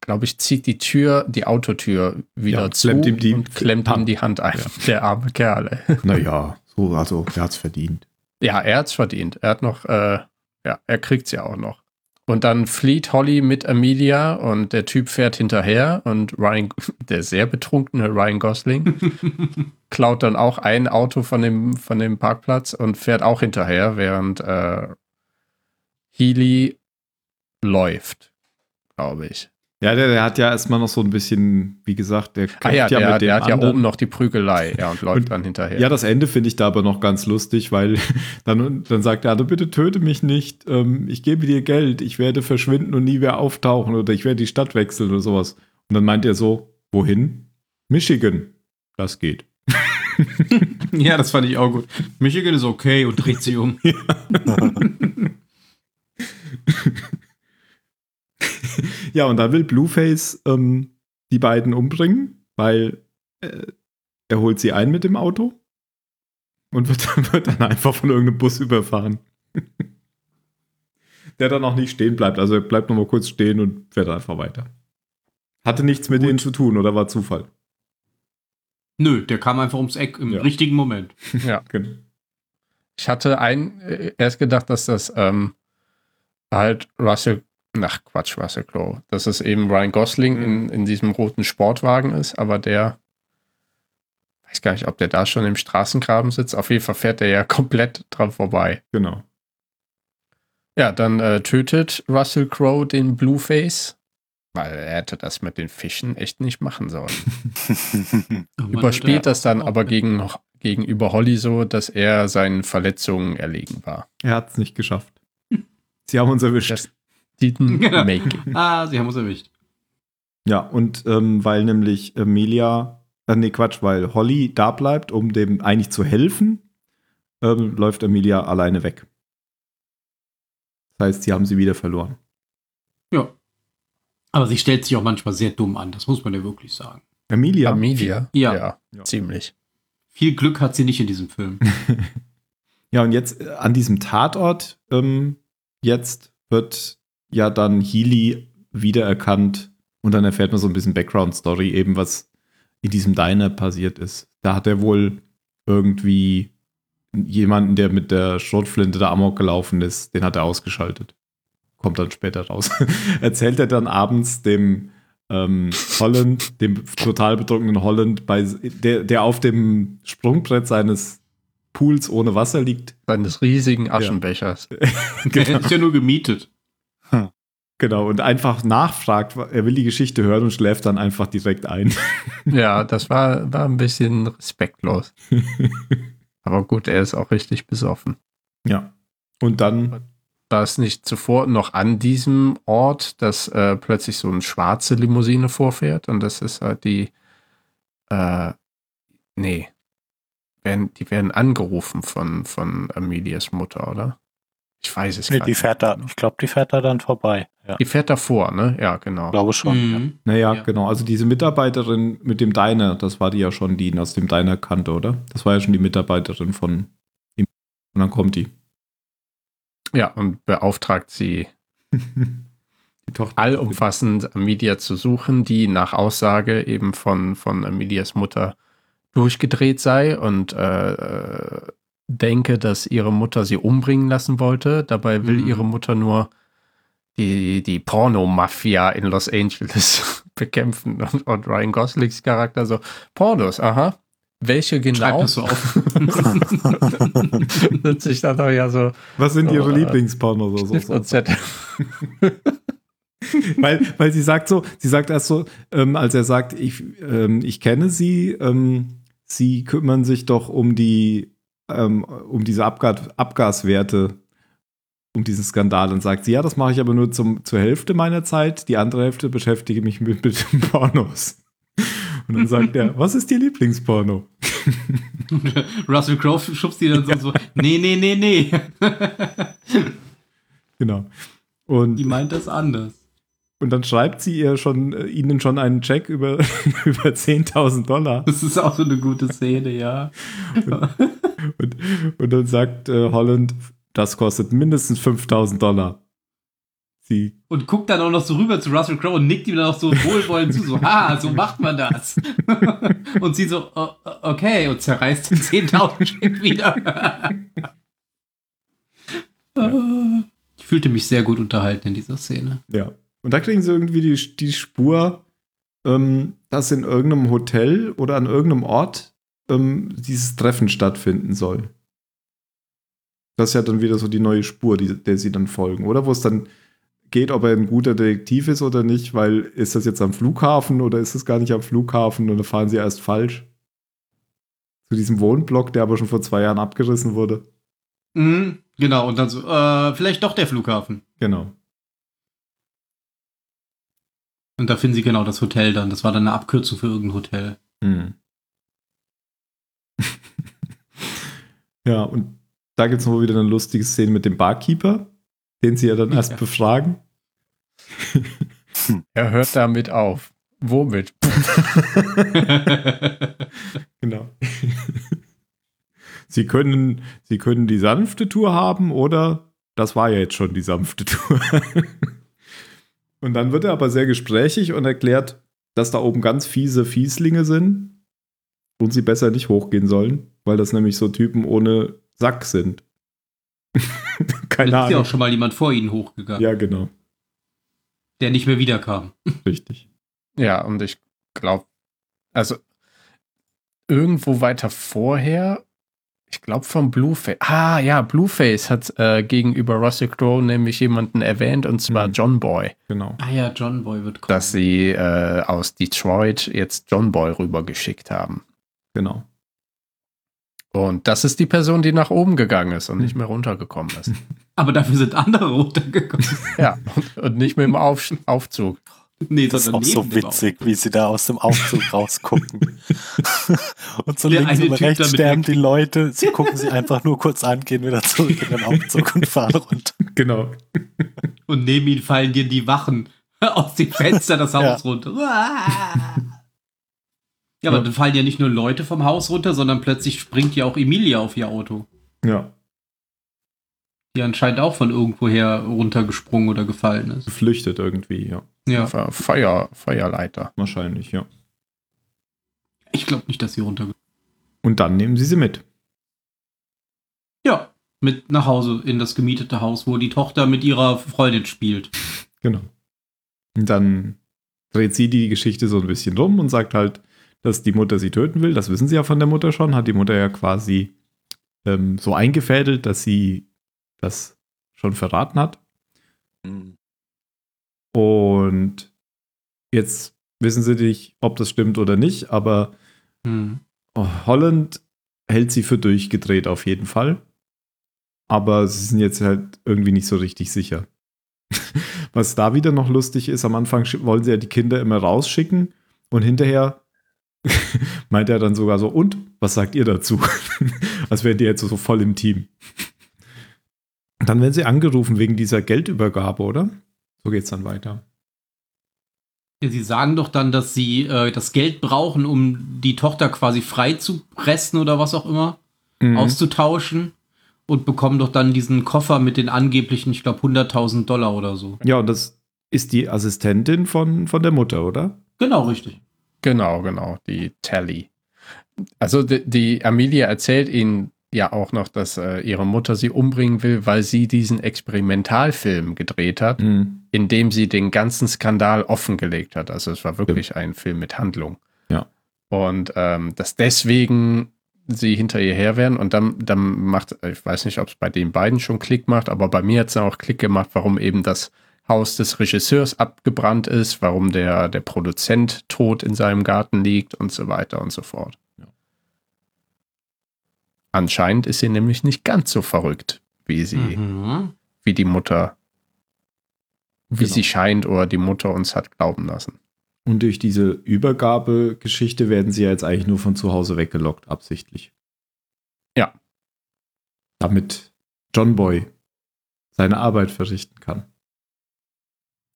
A: glaube ich, zieht die Tür, die Autotür wieder
B: Ja,
A: zu
B: klemmt ihm die
A: und klemmt ihm
B: Hand.
A: die Hand ein. Der arme Kerl. ey.
B: Naja, so, also, er hat's verdient.
A: Ja, er hat's verdient. Er hat noch, äh, ja, er kriegt's ja auch noch. Und dann flieht Holly mit Amelia und der Typ fährt hinterher und Ryan, <laughs> der sehr betrunkene Ryan Gosling,
B: <laughs>
A: klaut dann auch ein Auto von dem, von dem Parkplatz und fährt auch hinterher, während äh, Healy läuft, glaube ich.
B: Ja, der, der hat ja erstmal noch so ein bisschen, wie gesagt, der kämpft
A: Ah ja,
B: ja,
A: der,
B: mit dem
A: der hat ja
B: anderen.
A: oben noch die Prügelei
B: <laughs>
A: ja, und läuft
B: Und-
A: dann hinterher.
B: Ja, das Ende finde ich da aber noch ganz lustig, weil <laughs> dann, dann sagt der andere, bitte töte mich nicht, ähm, ich gebe dir Geld, ich werde verschwinden und nie mehr auftauchen oder ich werde die Stadt wechseln oder sowas. Und dann meint er so, wohin? Michigan. Das geht.
C: Ja, das fand ich auch gut. Michigan ist okay und dreht
A: <laughs>
C: sich um.
B: Ja, und dann will Blueface ähm, die beiden umbringen, weil äh, er holt sie ein mit dem Auto und wird <laughs> dann, wird dann einfach von irgendeinem Bus überfahren. <laughs> Der dann auch nicht stehen bleibt. Also er bleibt nochmal kurz stehen und fährt einfach weiter. Hatte nichts mit
C: Gut.
B: ihnen zu tun oder war Zufall?
C: Nö, der kam einfach ums Eck im
B: Ja.
C: richtigen Moment.
A: Ja.
B: Genau.
A: Ich hatte ein, äh, erst gedacht, dass das ähm, halt Russell, ach Quatsch, Russell Crowe, dass es eben Ryan Gosling in, in diesem roten Sportwagen ist, aber der, weiß gar nicht, ob der da schon im Straßengraben sitzt. Auf jeden Fall fährt er ja <laughs> komplett dran vorbei.
B: genau.
A: Ja, dann äh, tötet Russell Crowe den Blueface, weil er hätte das mit den Fischen echt nicht machen sollen.
C: Irgendwann
A: Überspielt
C: wird er-
A: das dann aber gegen, gegenüber Holly so, dass er seinen Verletzungen erlegen war.
B: Er hat es nicht geschafft. Sie haben uns erwischt.
A: Das didn't
C: <laughs> Genau.
A: make it.
C: Ah, sie haben uns erwischt.
B: Ja, und ähm, weil nämlich Amelia, äh, nee, Quatsch, weil Holly da bleibt, um dem eigentlich zu helfen, ähm, läuft Amelia alleine weg. Das heißt, sie haben sie wieder verloren.
C: Aber sie stellt sich auch manchmal sehr dumm an, das muss man ja wirklich sagen.
B: Amelia?
A: Familie?
C: Ja.
A: ja.
B: Ja.
A: Ziemlich.
C: Viel Glück hat sie nicht in
A: <laughs>
C: diesem Film.
B: ja, und jetzt äh, an diesem Tatort, ähm, jetzt wird ja dann Healy wiedererkannt und dann erfährt man so ein bisschen Background-Story, eben was in diesem Diner passiert ist. Da hat er wohl irgendwie jemanden, der mit der Schrotflinte da amok gelaufen ist, den hat er ausgeschaltet. Kommt dann später raus. <laughs> Erzählt er dann abends dem ähm, Holland, dem total betrunkenen Holland, bei, der, der auf dem Sprungbrett seines Pools ohne Wasser liegt.
A: Seines riesigen Aschenbechers. Genau.
C: Er ist ja nur gemietet.
B: Genau, und einfach nachfragt, er will die Geschichte hören und schläft dann einfach direkt ein.
A: Ja, das war, war ein bisschen
D: <laughs>
A: respektlos. Aber gut, er ist auch richtig besoffen.
B: Ja. Und dann,
A: War es nicht zuvor noch an diesem Ort, dass äh, plötzlich so eine schwarze Limousine vorfährt und das ist halt die, äh, nee, werden, die werden angerufen von, von Amelias Mutter, oder? Ich weiß es
D: Nee,
A: gar
D: die
A: nicht.
D: fährt da, ich glaube, die fährt da dann vorbei. Ja,
A: Die fährt davor, ne? Ja, genau.
D: ich glaube schon. Ja.
C: Mhm.
B: naja,
C: Ja.
B: genau, also diese Mitarbeiterin mit dem Diner, das war die ja schon, die ihn aus dem Diner kannte, oder? Das war ja schon die Mitarbeiterin von ihm. Und dann kommt die.
A: Ja, und beauftragt
C: <laughs>
A: sie
B: die Tochter.
A: allumfassend Amelia zu suchen, die nach Aussage eben von, von Amelias Mutter durchgedreht sei und äh, äh, denke, dass ihre Mutter sie umbringen lassen wollte. Dabei will
C: Mhm.
A: ihre Mutter nur die, die Pornomafia in Los Angeles <laughs> bekämpfen. Und, und Ryan Goslings Charakter so, Pornos, aha. Welche
C: Schreib
A: genau? <laughs>
C: das so auf.
A: Sitze ich da doch ja so
B: Was sind ihre
A: Oh, äh, <laughs>
B: Lieblingspornos oder so?
A: Stift und Zettel.
B: weil, weil sie sagt so, sie sagt erst so, ähm, als er sagt, ich, ähm, ich kenne sie, ähm, sie kümmern sich doch um die, ähm, um diese Abgas Abgaswerte, um diesen Skandal und sagt sie, ja, das mache ich aber nur zum, zur Hälfte meiner Zeit, die andere Hälfte beschäftige mich mit, mit <laughs> Pornos. Und dann sagt er, was ist ihr Lieblingsporno?
C: Russell Crowe schubst die dann so, so. Nee, nee, nee, nee.
B: Genau. Und
C: die meint das anders.
B: Und dann schreibt sie ihr schon, äh, ihnen schon einen Check über, <laughs> über 10.000 Dollar.
C: Das ist auch so eine gute Szene, ja.
B: Und, und dann sagt äh, Holland, das kostet mindestens 5.000 Dollar. Sie,
C: Und guckt dann auch noch so rüber zu Russell Crowe und nickt ihm dann auch so wohlwollend zu, so, ah, so macht man das. <laughs> und sie so, "O- okay, und zerreißt den 10.000 Stück <laughs> wieder. Äh, ich fühlte mich sehr gut unterhalten in dieser Szene.
B: ja. Und da kriegen sie irgendwie die, die Spur, ähm, dass in irgendeinem Hotel oder an irgendeinem Ort ähm, dieses Treffen stattfinden soll. Das ist ja dann wieder so die neue Spur, die, der sie dann folgen, oder? Wo es dann geht, ob er ein guter Detektiv ist oder nicht, weil ist das jetzt am Flughafen oder ist es gar nicht am Flughafen und dann fahren sie erst falsch. Zu diesem Wohnblock, der aber schon vor zwei Jahren abgerissen wurde.
C: Mhm, genau, und dann so, äh, vielleicht doch der Flughafen.
B: Genau.
C: Und da finden sie genau das Hotel dann. Das war dann eine Abkürzung für irgendein Hotel.
B: Hm. <laughs> Ja, und da gibt es mal wieder eine lustige Szene mit dem Barkeeper, den sie ja dann erst
C: Ja.
B: befragen.
A: Er hört damit auf. Womit?
C: <laughs>
B: Genau. sie, können, sie können die sanfte Tour haben oder das war ja jetzt schon die sanfte Tour. und dann wird er aber sehr gesprächig und erklärt, dass da oben ganz fiese Fieslinge sind und sie besser nicht hochgehen sollen, weil das nämlich so Typen ohne Sack sind. <laughs> Keine
C: Vielleicht ist ja
B: Ahnung.
C: auch schon mal jemand vor ihnen hochgegangen,
B: Ja, genau.
C: der nicht mehr wiederkam.
B: Richtig.
A: Ja, und ich glaube, also irgendwo weiter vorher, ich glaube von Blueface. Ah ja, Blueface hat äh, gegenüber Russell Crowe nämlich jemanden erwähnt, und zwar
B: Mhm.
A: John Boy,
B: Genau.
C: Ah ja, John Boy wird kommen.
A: dass sie äh, aus Detroit jetzt John Boy rübergeschickt haben.
B: Genau.
A: Und das ist die Person, die nach oben gegangen ist und nicht
B: Mhm.
A: mehr runtergekommen
B: <laughs>
A: ist.
C: Aber dafür sind andere <laughs> runtergekommen.
A: ja, und, und nicht mehr im Auf Aufzug.
C: nee,
D: Das ist auch so
C: neben dem
D: witzig, wie sie da aus dem Aufzug rausgucken. <laughs> und so
C: Der
D: links
C: eine
D: und
C: Typ
D: rechts
C: damit
D: sterben die Leute. Sie gucken sie einfach nur kurz an, gehen wieder zurück in den Aufzug und fahren runter.
B: Genau.
C: Auto. Und neben ihnen fallen dir die Wachen <laughs> aus dem Fenster
D: <laughs>
C: das Haus runter. Uah. Ja, aber
B: Ja.
C: dann fallen ja nicht nur Leute vom Haus runter, sondern plötzlich springt ja auch Emilia auf ihr Auto,
B: Ja.
C: die anscheinend auch von irgendwoher runtergesprungen oder gefallen ist.
B: Geflüchtet irgendwie, ja.
C: Ja,
A: Fe- Feuer, Feuerleiter.
B: Wahrscheinlich, ja.
C: ich glaube nicht, dass sie runtergesprungen
B: Und dann nehmen sie sie mit.
C: Ja, mit nach Hause in das gemietete Haus, wo die Tochter mit ihrer Freundin spielt.
B: Genau. Und dann dreht sie die Geschichte so ein bisschen rum und sagt halt, dass die Mutter sie töten will. Das wissen sie ja von der Mutter schon. Hat die Mutter ja quasi ähm, so eingefädelt, dass sie das schon verraten hat.
D: Hm.
B: Und jetzt wissen sie nicht, ob das stimmt oder nicht, aber
C: Hm.
B: Oh, Holland hält sie für durchgedreht auf jeden Fall. Aber sie sind jetzt halt irgendwie nicht so richtig sicher. <laughs> Was da wieder noch lustig ist, am Anfang schi- wollen sie ja die Kinder immer rausschicken und hinterher <laughs> meint er dann sogar so, und was sagt ihr dazu? <laughs> Als wären die jetzt so voll im Team. Und dann werden sie angerufen wegen dieser Geldübergabe, oder? So geht's dann weiter.
C: Ja, Sie sagen doch dann, dass sie äh, das Geld brauchen, um die Tochter quasi frei zu pressen oder was auch immer,
B: Mhm.
A: Mhm.
C: auszutauschen und bekommen doch dann diesen Koffer mit den angeblichen, ich glaube, 100.000 Dollar oder so.
B: ja, und das ist die Assistentin von, von der Mutter, oder?
C: Genau, richtig.
A: Genau, genau, die Tally. Also die, die Amelia erzählt ihnen ja auch noch, dass äh, ihre Mutter sie umbringen will, weil sie diesen Experimentalfilm gedreht hat, in dem sie den ganzen Skandal offengelegt hat. Also es war wirklich ein Film mit Handlung.
B: Ja.
A: Und ähm, dass deswegen sie hinter ihr her werden und dann, dann macht, ich weiß nicht, ob es bei den beiden schon Klick macht, aber bei mir hat es auch Klick gemacht, warum eben das Haus des Regisseurs abgebrannt ist, warum der, der Produzent tot in seinem Garten liegt und so weiter und so fort.
B: Ja.
A: Anscheinend ist sie nämlich nicht ganz so verrückt, wie sie
C: Mhm.
A: wie die Mutter, wie
B: Genau.
A: sie scheint oder die Mutter uns hat glauben lassen.
B: Und durch diese Übergabegeschichte werden sie ja jetzt eigentlich nur von zu Hause weggelockt, absichtlich.
A: Ja.
B: Damit John Boy seine Arbeit verrichten kann.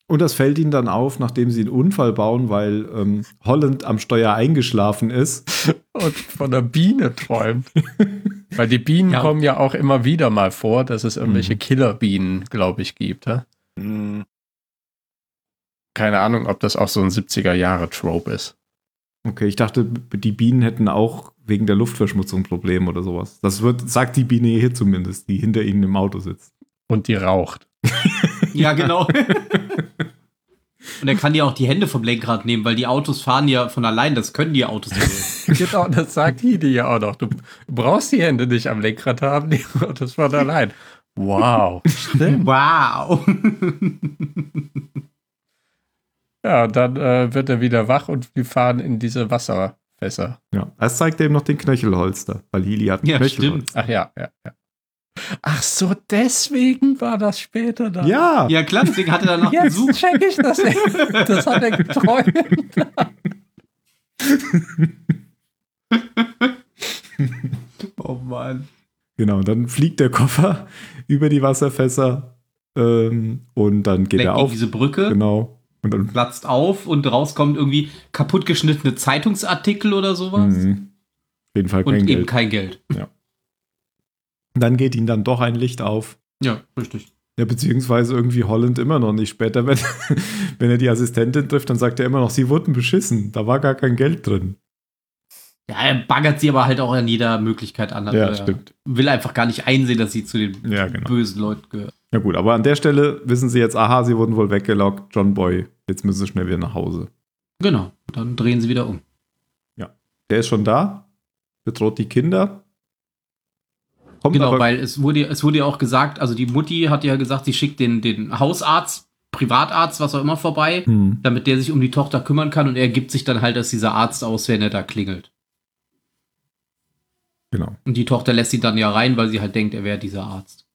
B: Und das fällt ihnen dann auf, nachdem sie einen Unfall bauen, weil ähm, Holland am Steuer eingeschlafen ist.
A: Und von der Biene träumt. <laughs> Weil die Bienen
C: Ja.
A: kommen ja auch immer wieder mal vor, dass es irgendwelche
B: Mhm.
A: Killerbienen, glaube ich, gibt. Ja?
D: Mhm.
A: Keine Ahnung, ob das auch so ein 70er-Jahre-Trope ist.
B: Okay, ich dachte, die Bienen hätten auch wegen der Luftverschmutzung Probleme oder sowas. Das wird, sagt die Biene hier zumindest, die hinter ihnen im Auto sitzt.
A: Und die raucht.
C: Ja, genau. Und er kann ja auch die Hände vom Lenkrad nehmen, weil die Autos fahren ja von allein, das können die Autos nicht.
A: Genau, das sagt Hidi ja auch noch. Du brauchst die Hände nicht am Lenkrad haben, die das von allein. <laughs> Wow.
C: Wow.
A: Ja, und dann äh, wird er wieder wach und wir fahren in diese Wasserfässer.
B: Ja, erst zeigt er ihm noch den Knöchelholster, weil Hili hat einen
C: Ja,
B: Knöchelholster.
C: stimmt.
A: Ach ja, ja, ja. Ach so, deswegen war das später da.
B: Ja,
C: Ja, klar, deswegen hat er danach gesucht.
A: jetzt check ich das. Das hat er geträumt.
C: Oh Mann.
B: Genau, dann fliegt der Koffer <laughs> über die Wasserfässer ähm, und dann geht
C: Weg
B: er
C: auf
B: auf.
C: diese Brücke,
B: Genau. Und dann
C: platzt auf und raus kommt irgendwie kaputtgeschnittene Zeitungsartikel oder sowas
B: Mhm. Auf jeden Fall
C: und
B: kein
C: eben
B: Geld.
C: kein Geld.
B: Dann geht ihnen dann doch ein Licht auf.
C: Ja, richtig.
B: Ja, beziehungsweise irgendwie Holland immer noch nicht. Später, <laughs> wenn, wenn er die Assistentin trifft, dann sagt er immer noch, sie wurden beschissen. Da war gar kein Geld drin.
C: Ja, er baggert sie aber halt auch an jeder Möglichkeit an. Also er Will einfach gar nicht einsehen, dass sie zu den
B: Ja, genau.
C: bösen Leuten gehört.
B: Ja gut, aber an der Stelle wissen sie jetzt, aha, sie wurden wohl weggelockt. John Boy, jetzt müssen sie schnell wieder nach Hause.
C: Genau, dann drehen sie wieder um.
B: Der ist schon da, bedroht die Kinder. Kommt
C: Genau,
B: aber,
C: weil es wurde, es wurde ja auch gesagt, also die Mutti hat ja gesagt, sie schickt den, den Hausarzt, Privatarzt, was auch immer vorbei,
B: Hm,
C: damit der sich um die Tochter kümmern kann und er gibt sich dann halt als dieser Arzt aus, wenn er da klingelt.
B: genau.
C: Und die Tochter lässt ihn dann ja rein, weil sie halt denkt, er wäre dieser Arzt.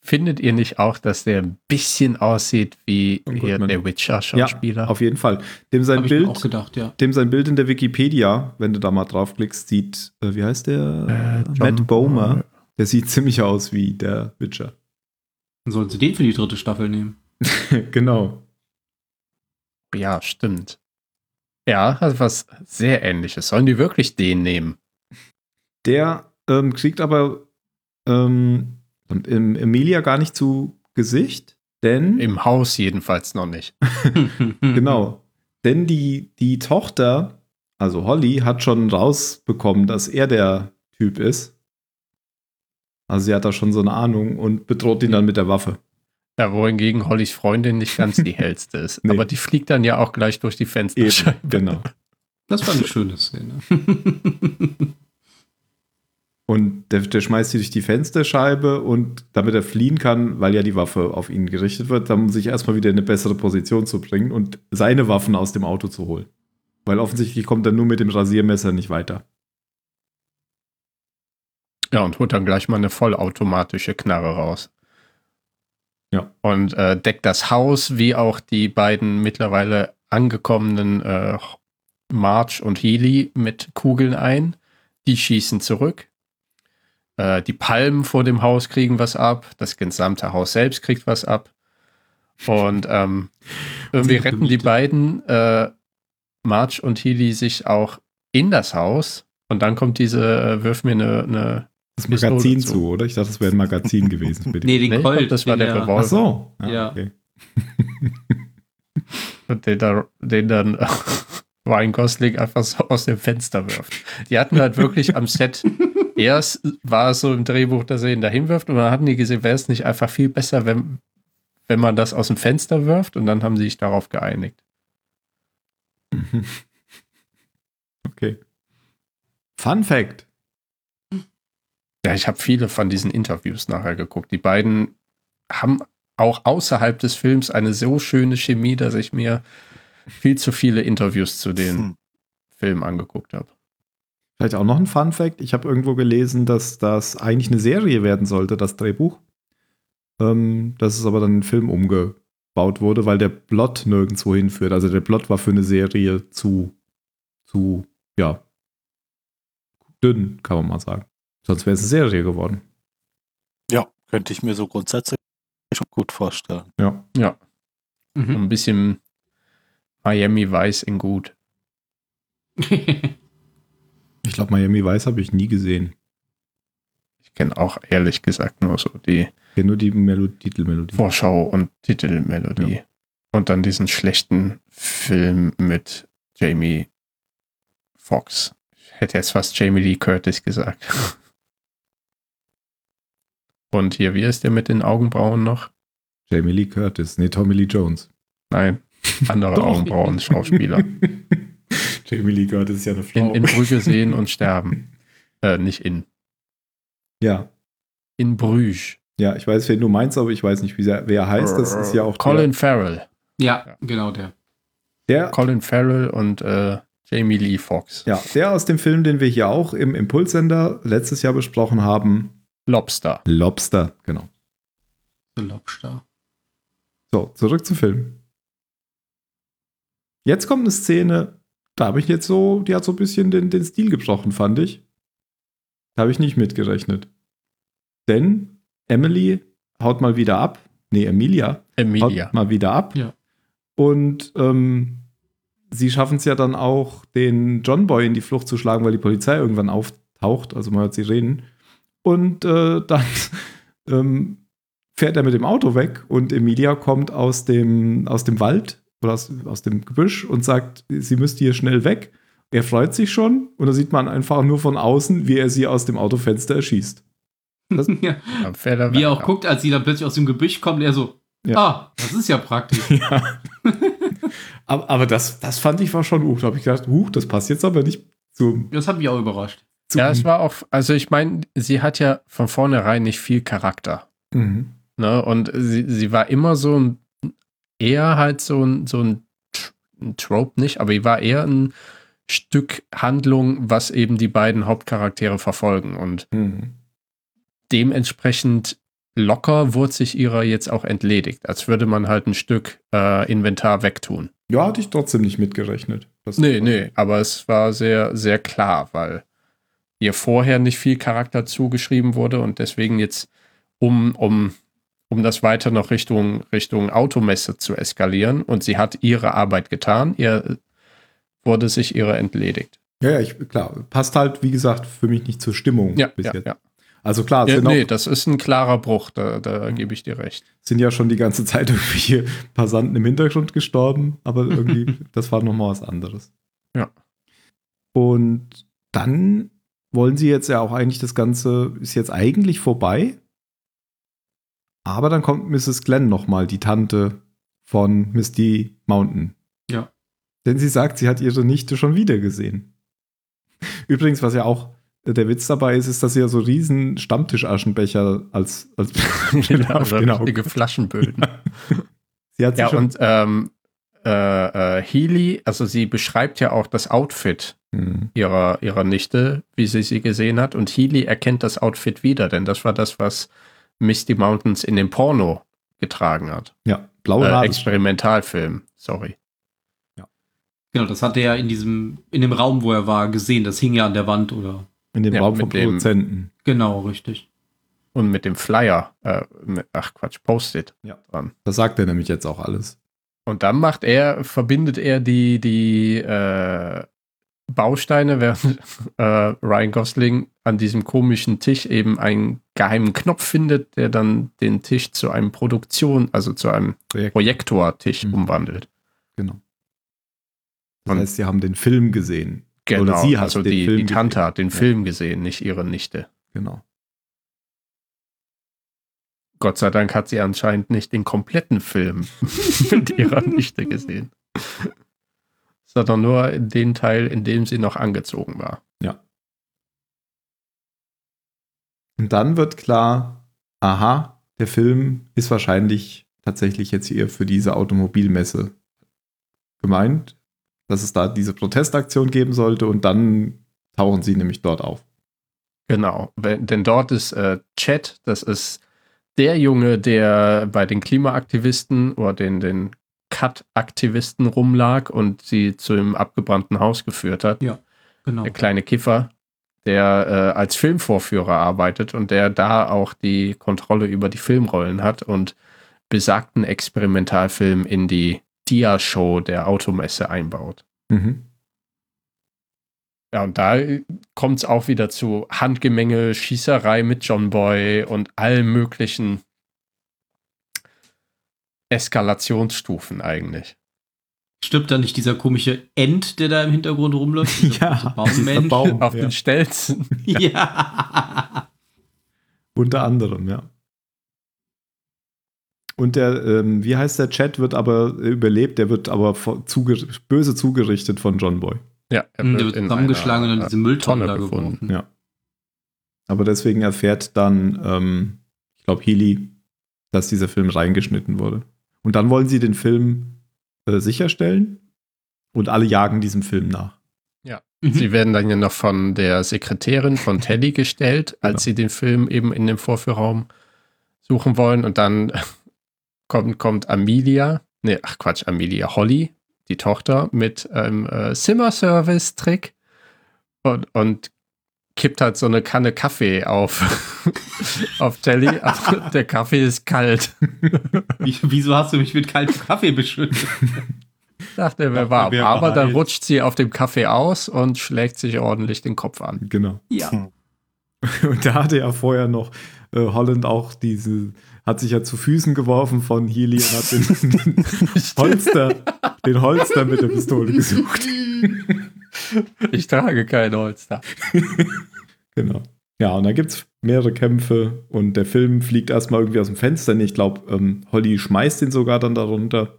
A: Findet ihr nicht auch, dass der ein bisschen aussieht wie
B: Oh,
A: hier
B: Goodman.
A: der Witcher-Schauspieler?
B: Auf jeden Fall. Dem sein
C: Habe ich mir auch
B: Bild,
C: gedacht, ja.
B: dem sein Bild in der Wikipedia, wenn du da mal draufklickst, sieht, äh, wie heißt der?
A: John
B: Matt Bomer.
A: Bomer.
B: Der sieht ziemlich aus wie der Witcher.
C: Dann sollen sie den für die dritte
A: <laughs>
C: Staffel nehmen.
B: genau.
A: ja, stimmt. Ja, hat was sehr ähnliches. Sollen die wirklich den nehmen?
B: Der ähm, kriegt aber ähm, verdammt, ähm, Emilia gar nicht zu Gesicht, denn
A: Im Haus jedenfalls noch nicht.
C: Mhm.
B: Genau. Denn die, die Tochter, also Holly, hat schon rausbekommen, dass er der Typ ist. Also sie hat da schon so eine Ahnung und bedroht ihn dann mit der Waffe.
A: Ja, wohingegen Hollys Freundin nicht ganz
B: <laughs>
A: die hellste ist.
B: Nee.
A: Aber die fliegt dann ja auch gleich durch die Fensterscheibe.
B: <laughs> Genau.
C: Das war eine
A: <laughs>
C: schöne Szene.
B: Und der, der schmeißt sie durch die Fensterscheibe und damit er fliehen kann, weil ja die Waffe auf ihn gerichtet wird, dann um sich erstmal wieder in eine bessere Position zu bringen und seine Waffen aus dem Auto zu holen. Weil offensichtlich kommt er nur mit dem Rasiermesser nicht weiter.
A: Ja, und holt dann gleich mal eine vollautomatische Knarre raus.
B: Ja.
A: Und äh, deckt das Haus, wie auch die beiden mittlerweile angekommenen äh, March und Healy mit Kugeln ein. Die schießen zurück. Äh, die Palmen vor dem Haus kriegen was ab. Das gesamte Haus selbst kriegt was ab. Und ähm, irgendwie
C: Sind
A: retten die
C: Gemüter.
A: beiden, äh, March und Healy, sich auch in das Haus. Und dann kommt diese, äh, wirf mir eine, eine
B: Das
A: Pistole
B: Magazin
A: zu.
B: zu, oder? Ich dachte, das wäre ein Magazin gewesen. Für die
C: Nee, den
A: Nee, ich
C: Colt.
A: glaub, das war
C: den
A: der
C: er-
A: Revolver.
B: Ach so. Ah,
C: Ja.
B: okay.
A: Und den, da, den dann <laughs> Ryan Gosling einfach so aus dem Fenster wirft. Die hatten halt wirklich am Set, erst war es so im Drehbuch, dass er ihn da hinwirft und dann hatten die gesehen, wäre es nicht einfach viel besser, wenn, wenn man das aus dem Fenster wirft und dann haben sie sich darauf geeinigt.
B: Mhm. Okay. Fun Fact.
A: Ja, ich habe viele von diesen Interviews nachher geguckt. Die beiden haben auch außerhalb des Films eine so schöne Chemie, dass ich mir viel zu viele Interviews zu den
D: Hm.
A: Filmen angeguckt habe.
B: Vielleicht auch noch ein Fun Fact. Ich habe irgendwo gelesen, dass das eigentlich eine Serie werden sollte, das Drehbuch. Ähm, dass es aber dann in einen Film umgebaut wurde, weil der Plot nirgendwo hinführt. Also der Plot war für eine Serie zu, zu, ja, dünn, kann man mal sagen. Sonst wäre es eine Serie geworden.
D: Ja, könnte ich mir so grundsätzlich schon gut vorstellen.
B: Ja.
A: So
C: Mhm.
A: ein bisschen Miami Weiß in gut. Mhm.
B: Ich glaube, Miami Vice habe ich nie gesehen.
A: Ich kenne auch ehrlich gesagt nur so die
B: Ich kenne nur die Melo Titelmelodie.
A: Vorschau und Titelmelodie. Und dann diesen schlechten Film mit Jamie Foxx. Ich hätte jetzt fast Jamie Lee Curtis gesagt. Und hier, wie ist der mit den Augenbrauen noch?
B: Jamie Lee Curtis. Nee, Tommy Lee Jones.
A: Nein, andere
B: Doch.
A: Augenbrauen-Schauspieler.
B: <laughs> Jamie Lee Curtis ist ja eine
A: In,
B: Frau.
A: in Brügge sehen und sterben. Äh, nicht in.
B: ja.
A: In Brügge.
B: ja, ich weiß, wen du meinst, aber ich weiß nicht, wie er, wer er heißt. Das ist ja auch
A: Colin Farrell.
C: <laughs> ja, genau der.
B: der, der,
A: Colin Farrell und äh, Jamie Lee Foxx.
B: ja, der aus dem Film, den wir hier auch im Impulssender letztes Jahr besprochen haben.
A: Lobster.
B: Lobster, genau.
C: The Lobster.
B: So, zurück zum Film. Jetzt kommt eine Szene, da habe ich jetzt so, die hat so ein bisschen den, den Stil gebrochen, fand ich. Da habe ich nicht mitgerechnet. Denn Emily haut mal wieder ab. Nee, Emilia
A: Emilia.
B: haut mal wieder ab.
C: Ja.
B: Und ähm, sie schaffen es ja dann auch, den John Boy in die Flucht zu schlagen, weil die Polizei irgendwann auftaucht. Also man hört sie reden. Und äh, <laughs> dann ähm, fährt er mit dem Auto weg und Emilia kommt aus dem, aus dem Wald oder aus, aus dem Gebüsch und sagt, sie müsste hier schnell weg. Er freut sich schon und da sieht man einfach nur von außen, wie er sie aus dem Autofenster erschießt.
C: ja.
A: Ja, wer da-
C: Wie er auch guckt, als sie dann plötzlich aus dem Gebüsch kommt, er so,
B: Ja.
C: ah, das ist ja praktisch. <laughs>
B: Ja. aber aber das, das fand ich war schon hoch. Da habe ich gedacht, huch, das passt jetzt aber nicht zum.
C: Das hat mich auch überrascht.
B: zum
A: Ja, es war auch, also ich meine, sie hat ja von vornherein nicht viel Charakter.
B: Mhm.
A: Ne? Und sie, sie war immer so ein, eher halt so ein, so ein, Tr- ein Trope nicht, aber sie war eher ein Stück Handlung, was eben die beiden Hauptcharaktere verfolgen. Und
B: Mhm.
A: dementsprechend locker wurde sich ihrer jetzt auch entledigt, als würde man halt ein Stück äh, Inventar wegtun.
B: Ja, hatte ich trotzdem nicht mitgerechnet. Das-
A: Nee, nee, aber es war sehr, sehr klar, weil ihr vorher nicht viel Charakter zugeschrieben wurde und deswegen jetzt, um, um, um das weiter noch Richtung, Richtung Automesse zu eskalieren und sie hat ihre Arbeit getan, ihr wurde sich ihre entledigt.
B: Ja, ja, ich, klar. Passt halt, wie gesagt, für mich nicht zur Stimmung
A: Ja,
B: bis
A: ja,
B: jetzt.
A: ja.
B: Also klar, es
A: ja
B: sind,
A: nee,
B: auch,
A: das ist ein klarer Bruch, da, da gebe ich dir recht.
B: sind ja schon die ganze Zeit irgendwelche Passanten im Hintergrund gestorben,
A: <laughs>
B: aber irgendwie, das war nochmal was anderes.
A: Ja.
B: Und dann wollen sie jetzt ja auch eigentlich das Ganze, ist jetzt eigentlich vorbei. Aber dann kommt Mrs. Glenn nochmal, die Tante von Miss D. Mountain.
C: Ja.
B: Denn sie sagt, sie hat ihre Nichte schon wieder gesehen. Übrigens, was ja auch der Witz dabei ist, ist, dass sie ja so riesen Stammtisch-Aschenbecher als, als
A: <laughs>
B: <laughs>
A: Genau,
B: auf den Augen-
A: richtige Flaschenböden.
B: Sie hat sie
A: Ja,
B: schon.
A: und ähm, äh, äh, Healy, also sie beschreibt ja auch das Outfit
B: Hm.
A: ihrer, ihrer Nichte, wie sie sie gesehen hat. Und Healy erkennt das Outfit wieder, denn das war das, was Misty Mountains in dem Porno getragen hat.
B: ja, blaue
A: Äh,
B: Nadel.
A: Experimentalfilm, sorry.
C: Genau, das hat er ja in diesem, in dem Raum, wo er war, gesehen. Das hing ja an der Wand, oder?
B: in dem
A: ja,
B: Raum von
A: mit dem-
B: Produzenten.
C: Genau, richtig.
A: Und mit dem Flyer, äh, mit, ach Quatsch, Post-it.
B: Das sagt er nämlich jetzt auch alles.
A: Und dann macht er, verbindet er die, die äh, Bausteine, <laughs> während äh, Ryan Gosling an diesem komischen Tisch eben einen geheimen Knopf findet, der dann den Tisch zu einem Produktion, also zu einem
B: Projekt.
A: Projektortisch
B: Mhm.
A: umwandelt.
B: Genau. Das
A: Und-
B: heißt, sie haben den Film gesehen.
A: Genau,
B: Oder sie hat
A: also
B: den
A: die,
B: Film
A: die Tante
B: gesehen.
A: hat den
B: Ja.
A: Film gesehen, nicht ihre Nichte.
B: Genau.
A: Gott sei Dank hat sie anscheinend nicht den kompletten Film <laughs> mit ihrer Nichte gesehen. Sondern nur den Teil, in dem sie noch angezogen war.
B: Und dann wird klar, aha, der Film ist wahrscheinlich tatsächlich jetzt hier für diese Automobilmesse gemeint, dass es da diese Protestaktion geben sollte und dann tauchen sie nämlich dort auf.
A: Genau, wenn, denn dort ist äh, Chad, das ist der Junge, der bei den Klimaaktivisten oder den, den Cut-Aktivisten rumlag und sie zu dem abgebrannten Haus geführt hat.
C: Genau.
A: der kleine Kiffer, der äh, als Filmvorführer arbeitet und der da auch die Kontrolle über die Filmrollen hat und besagten Experimentalfilm in die Dia-Show der Automesse einbaut. Mhm. Ja, und da kommt es auch wieder zu Handgemenge, Schießerei mit John Boy und allen möglichen Eskalationsstufen eigentlich.
C: Stirbt da nicht dieser komische Ent, der da im Hintergrund
A: <laughs>
C: rumläuft?
B: dieser
C: Dieser Baummensch.
B: Baum,
A: Auf
B: ja.
A: den Stelzen.
C: <laughs> ja.
B: Unter anderem, ja. Und der, ähm, wie heißt der Chat, wird aber äh, überlebt, der wird aber vor, zuge böse zugerichtet von John Boy.
A: Ja, er
C: Der wird
A: in
C: zusammengeschlagen und
A: einer-
C: in diese Mülltonne
A: Tonne
C: da
A: gefunden.
C: geworfen.
B: Ja. Aber deswegen erfährt dann, ähm, ich glaube, Healy, dass dieser Film reingeschnitten wurde. Und dann wollen sie den Film äh, sicherstellen und alle jagen diesem Film nach.
C: Mhm.
A: Sie werden dann ja noch von der Sekretärin von Teddy gestellt, als
B: Genau.
A: sie den Film eben in dem Vorführraum suchen wollen. Und dann kommt, kommt Amelia, nee, ach Quatsch, Amelia Holly, die Tochter, mit einem äh, Simmer-Service-Trick. Und, und kippt halt so eine Kanne Kaffee auf, <laughs> auf Telly, aber der Kaffee ist kalt.
C: Wie- Wieso hast du mich mit kaltem Kaffee beschüttet?
A: Dachte, wer war.
D: wer
A: Aber
D: warm.
A: dann rutscht sie auf dem Kaffee aus und schlägt sich ordentlich den Kopf an.
B: Genau.
C: Ja.
B: <laughs> Und da hatte ja vorher noch äh, Holland auch diese, hat sich ja zu Füßen geworfen von Healy und
A: <laughs>
B: hat den, den Holster, den Holster mit der Pistole gesucht.
A: Ich trage kein Holster.
B: Genau. Ja, und da gibt es mehrere Kämpfe und der Film fliegt erstmal irgendwie aus dem Fenster. Ich glaube, ähm, Holly schmeißt den sogar dann darunter.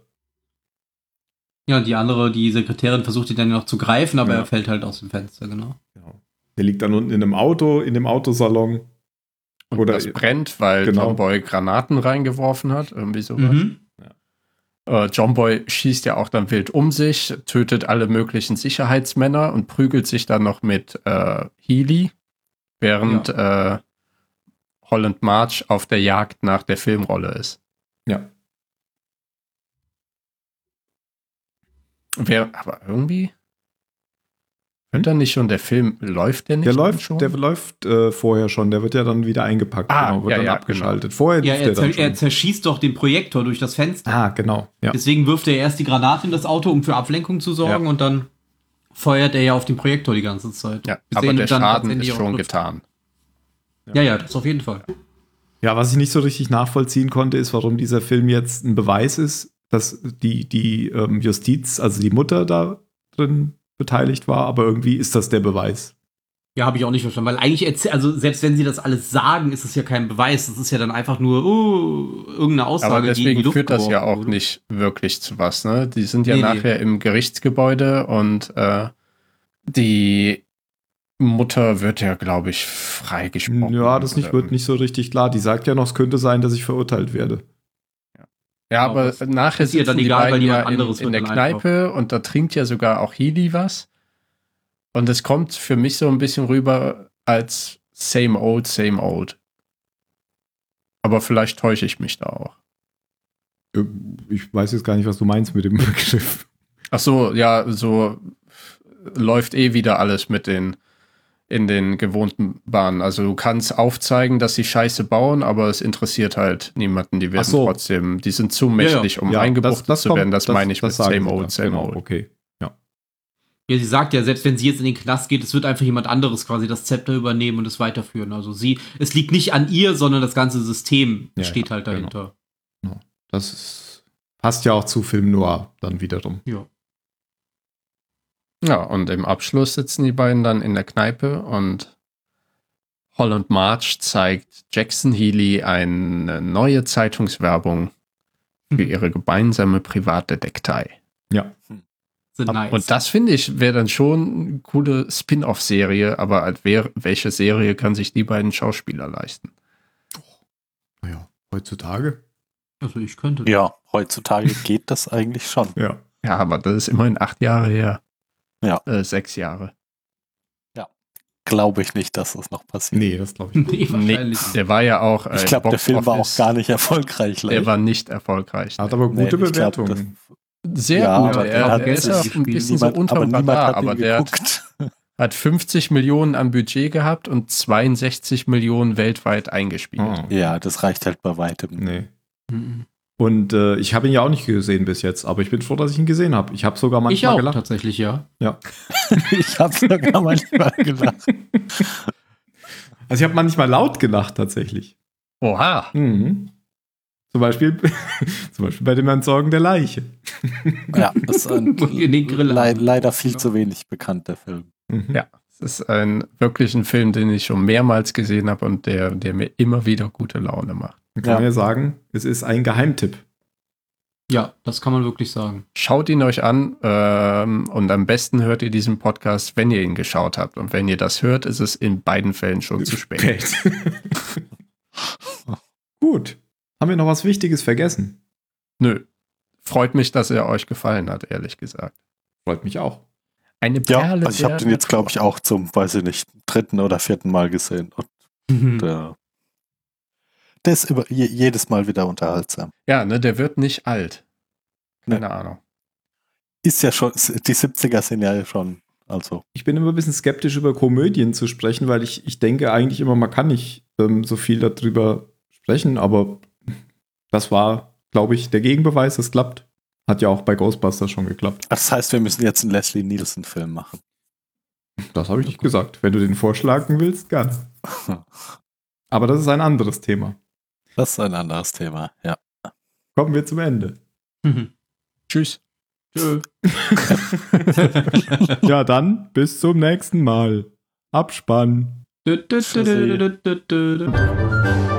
C: Ja, und die andere, die Sekretärin, versucht ihn dann noch zu greifen, aber
B: Ja.
C: er fällt halt aus dem Fenster, genau.
B: Genau. Der liegt dann unten in einem Auto, in dem Autosalon.
A: Und
B: Oder-
A: das brennt, weil
B: Genau.
A: John Boy Granaten reingeworfen hat. Irgendwie sowas.
C: Mhm.
A: Äh, John Boy schießt ja auch dann wild um sich, tötet alle möglichen Sicherheitsmänner und prügelt sich dann noch mit äh, Healy, während äh, Holland March auf der Jagd nach der Filmrolle ist.
B: Ja.
A: Wer, aber
B: Hm?
A: irgendwie. Hört er nicht schon, der Film läuft der nicht?
B: Der
A: dann
B: läuft,
A: schon?
B: der läuft äh, vorher schon, der wird ja dann wieder eingepackt, genau,
A: Ah,
B: wird
A: ja,
B: dann
A: ja,
B: abgeschaltet. Vorher
C: Ja, er,
B: lief der dann
C: zer er
B: schon.
C: zerschießt doch den Projektor durch das Fenster.
B: Ah, genau. Ja.
C: Deswegen wirft er erst die Granate in das Auto, um für Ablenkung zu sorgen,
B: Ja.
C: und dann feuert er ja auf den Projektor die ganze Zeit.
A: ja,
C: Bis er
A: aber
C: ihn
A: der
C: dann
A: Schaden
C: tatsächlich
A: ist
C: auch
A: schon
C: trifft.
A: getan.
C: Ja, ja, das auf jeden Fall.
B: Ja, was ich nicht so richtig nachvollziehen konnte, ist, warum dieser Film jetzt ein Beweis ist, dass die, die ähm, Justiz, also die Mutter da drin beteiligt war, aber irgendwie ist das der Beweis.
C: Ja, habe ich auch nicht verstanden, weil eigentlich, erzäh- also selbst wenn sie das alles sagen, ist es ja kein Beweis. Es ist ja dann einfach nur oh, irgendeine Aussage,
A: Aber
C: die in die
A: deswegen
C: Luft
A: führt das ja
C: geworfen
A: auch
C: wurde.
A: nicht wirklich zu was. Ne? Die sind ja
C: Nee, nee.
A: nachher im Gerichtsgebäude und äh, die Mutter wird ja, glaube ich, freigesprochen.
B: Ja, das nicht,
A: oder
B: wird nicht so richtig klar. Die sagt ja noch, es könnte sein, dass ich verurteilt werde.
A: Ja,
B: genau
A: aber
C: Das
A: nachher
C: ist ihr
A: sitzen
C: dann
A: die
C: egal, weil
A: beiden
C: jemand
A: ja in,
C: anderes
A: in
C: wird
A: der
C: dann
A: Kneipe und da trinkt ja sogar auch Healy was. Und es kommt für mich so ein bisschen rüber als same old, same old. Aber vielleicht täusche ich mich da auch.
B: Äh, Ich weiß jetzt gar nicht, was du meinst mit dem Begriff.
A: Ach so, ja, so läuft eh wieder alles mit den in den gewohnten Bahnen. Also du kannst aufzeigen, dass sie Scheiße bauen, aber es interessiert halt niemanden. Die werden
B: Ach so.
A: trotzdem, die sind zu mächtig, um eingebuchtet zu
B: kommt-
A: werden. Das, meine ich mit
B: sagen
A: same
B: sie
A: old,
B: dann.
A: same
B: genau,
A: old.
B: Okay.
C: Ja, sie sagt ja, selbst wenn sie jetzt in den Knast geht, es wird einfach jemand anderes quasi das Zepter übernehmen und es weiterführen. Also sie, es liegt nicht an ihr, sondern das ganze System
B: Ja,
C: steht
B: ja,
C: halt dahinter.
B: Das ist, passt ja auch zu Film Noir dann wiederum.
A: Ja, und im Abschluss sitzen die beiden dann in der Kneipe und Holland March zeigt Jackson Healy eine neue Zeitungswerbung für ihre gemeinsame Privatdetektei.
C: Sind nice.
A: Und das finde ich wäre dann schon eine coole Spin-off-Serie, aber halt wer, welche Serie kann sich die beiden Schauspieler leisten?
B: Naja, heutzutage.
C: also ich könnte.
D: Ja, heutzutage geht das eigentlich schon.
B: Ja.
A: Ja, aber das ist immerhin acht Jahre her.
D: Ja.
A: Äh, sechs Jahre.
D: Glaube ich nicht, dass das noch passiert.
B: Nee, das glaube ich nicht.
C: <laughs> Nee, wahrscheinlich.
A: Nee, der war ja auch. äh,
D: Ich glaube, der
A: Box
D: Film war auch
A: Office-
D: gar nicht erfolgreich.
A: Der war nicht erfolgreich.
B: Hat aber
D: Nee,
B: gute
D: ich glaub,
B: Bewertungen.
A: Sehr
D: Ja,
A: gut.
D: aber
A: Er,
D: der hat
A: er ist
D: sich
A: auch ein
C: gespielt.
A: bisschen
D: niemand,
A: so unter
D: aber
A: aber,
D: niemand
A: Radar,
D: hat ihn
A: aber der hat,
D: geguckt.
A: hat 50 Millionen an Budget gehabt und 62 Millionen weltweit eingespielt.
B: Ah,
D: <laughs> Ja, das reicht halt bei weitem.
B: Nee.
C: Mhm.
B: Und äh, ich habe ihn ja auch nicht gesehen bis jetzt, aber ich bin froh, dass ich ihn gesehen habe. Ich habe sogar manchmal
C: Ich auch
B: gelacht.
C: tatsächlich, ja.
D: Ich habe sogar manchmal gedacht.
B: Also ich habe manchmal laut gelacht tatsächlich.
A: Oha.
B: Mhm. Zum Beispiel, <laughs> zum Beispiel bei dem Entsorgen der Leiche.
D: <laughs> Ja, das ist ein,
C: Und in den Grill
D: le
C: haben.
D: leider viel zu wenig bekannt, der Film.
B: Mhm.
A: Ja. Es ist ein, wirklich ein Film, den ich schon mehrmals gesehen habe und der, der mir immer wieder gute Laune macht.
B: Dann kann
D: Ja.
B: man ja sagen, es ist ein Geheimtipp.
C: Ja, das kann man wirklich
A: <laughs>
C: sagen.
A: Schaut ihn euch an ähm, und am besten hört ihr diesen Podcast, wenn ihr ihn geschaut habt. Und wenn ihr das hört, ist es in beiden Fällen schon zu spät.
B: <laughs> Gut. Haben wir noch was Wichtiges vergessen?
A: Nö. Freut mich, dass er euch gefallen hat, ehrlich gesagt.
B: Freut mich auch.
A: Eine
D: Ja,
A: Perle.
D: also ich habe
A: der-
D: den jetzt, glaube ich, auch zum, weiß ich nicht, dritten oder vierten Mal gesehen. Und
C: Hm.
D: äh, der ist über, je, jedes Mal wieder unterhaltsam.
A: Ja, ne, der wird nicht alt. Keine Ahnung.
D: Ist ja schon, die 70er sind ja schon Also,
B: ich bin immer ein bisschen skeptisch, über Komödien zu sprechen, weil ich, ich denke eigentlich immer, man kann nicht ähm, so viel darüber sprechen, aber das war, glaube ich, der Gegenbeweis, es klappt. Hat ja auch bei Ghostbusters schon geklappt.
D: das heißt, wir müssen jetzt einen Leslie Nielsen-Film machen.
B: Das habe ich nicht gesagt. Wenn du den vorschlagen willst, <laughs> gern. Aber das ist ein anderes Thema.
D: Das ist ein anderes Thema, ja.
B: Kommen wir zum Ende.
C: Mhm.
A: Tschüss.
C: Tschö.
B: Ja, dann bis zum nächsten Mal. Abspann.
C: Dö, dö, dö, dö, dö, dö, dö, dö.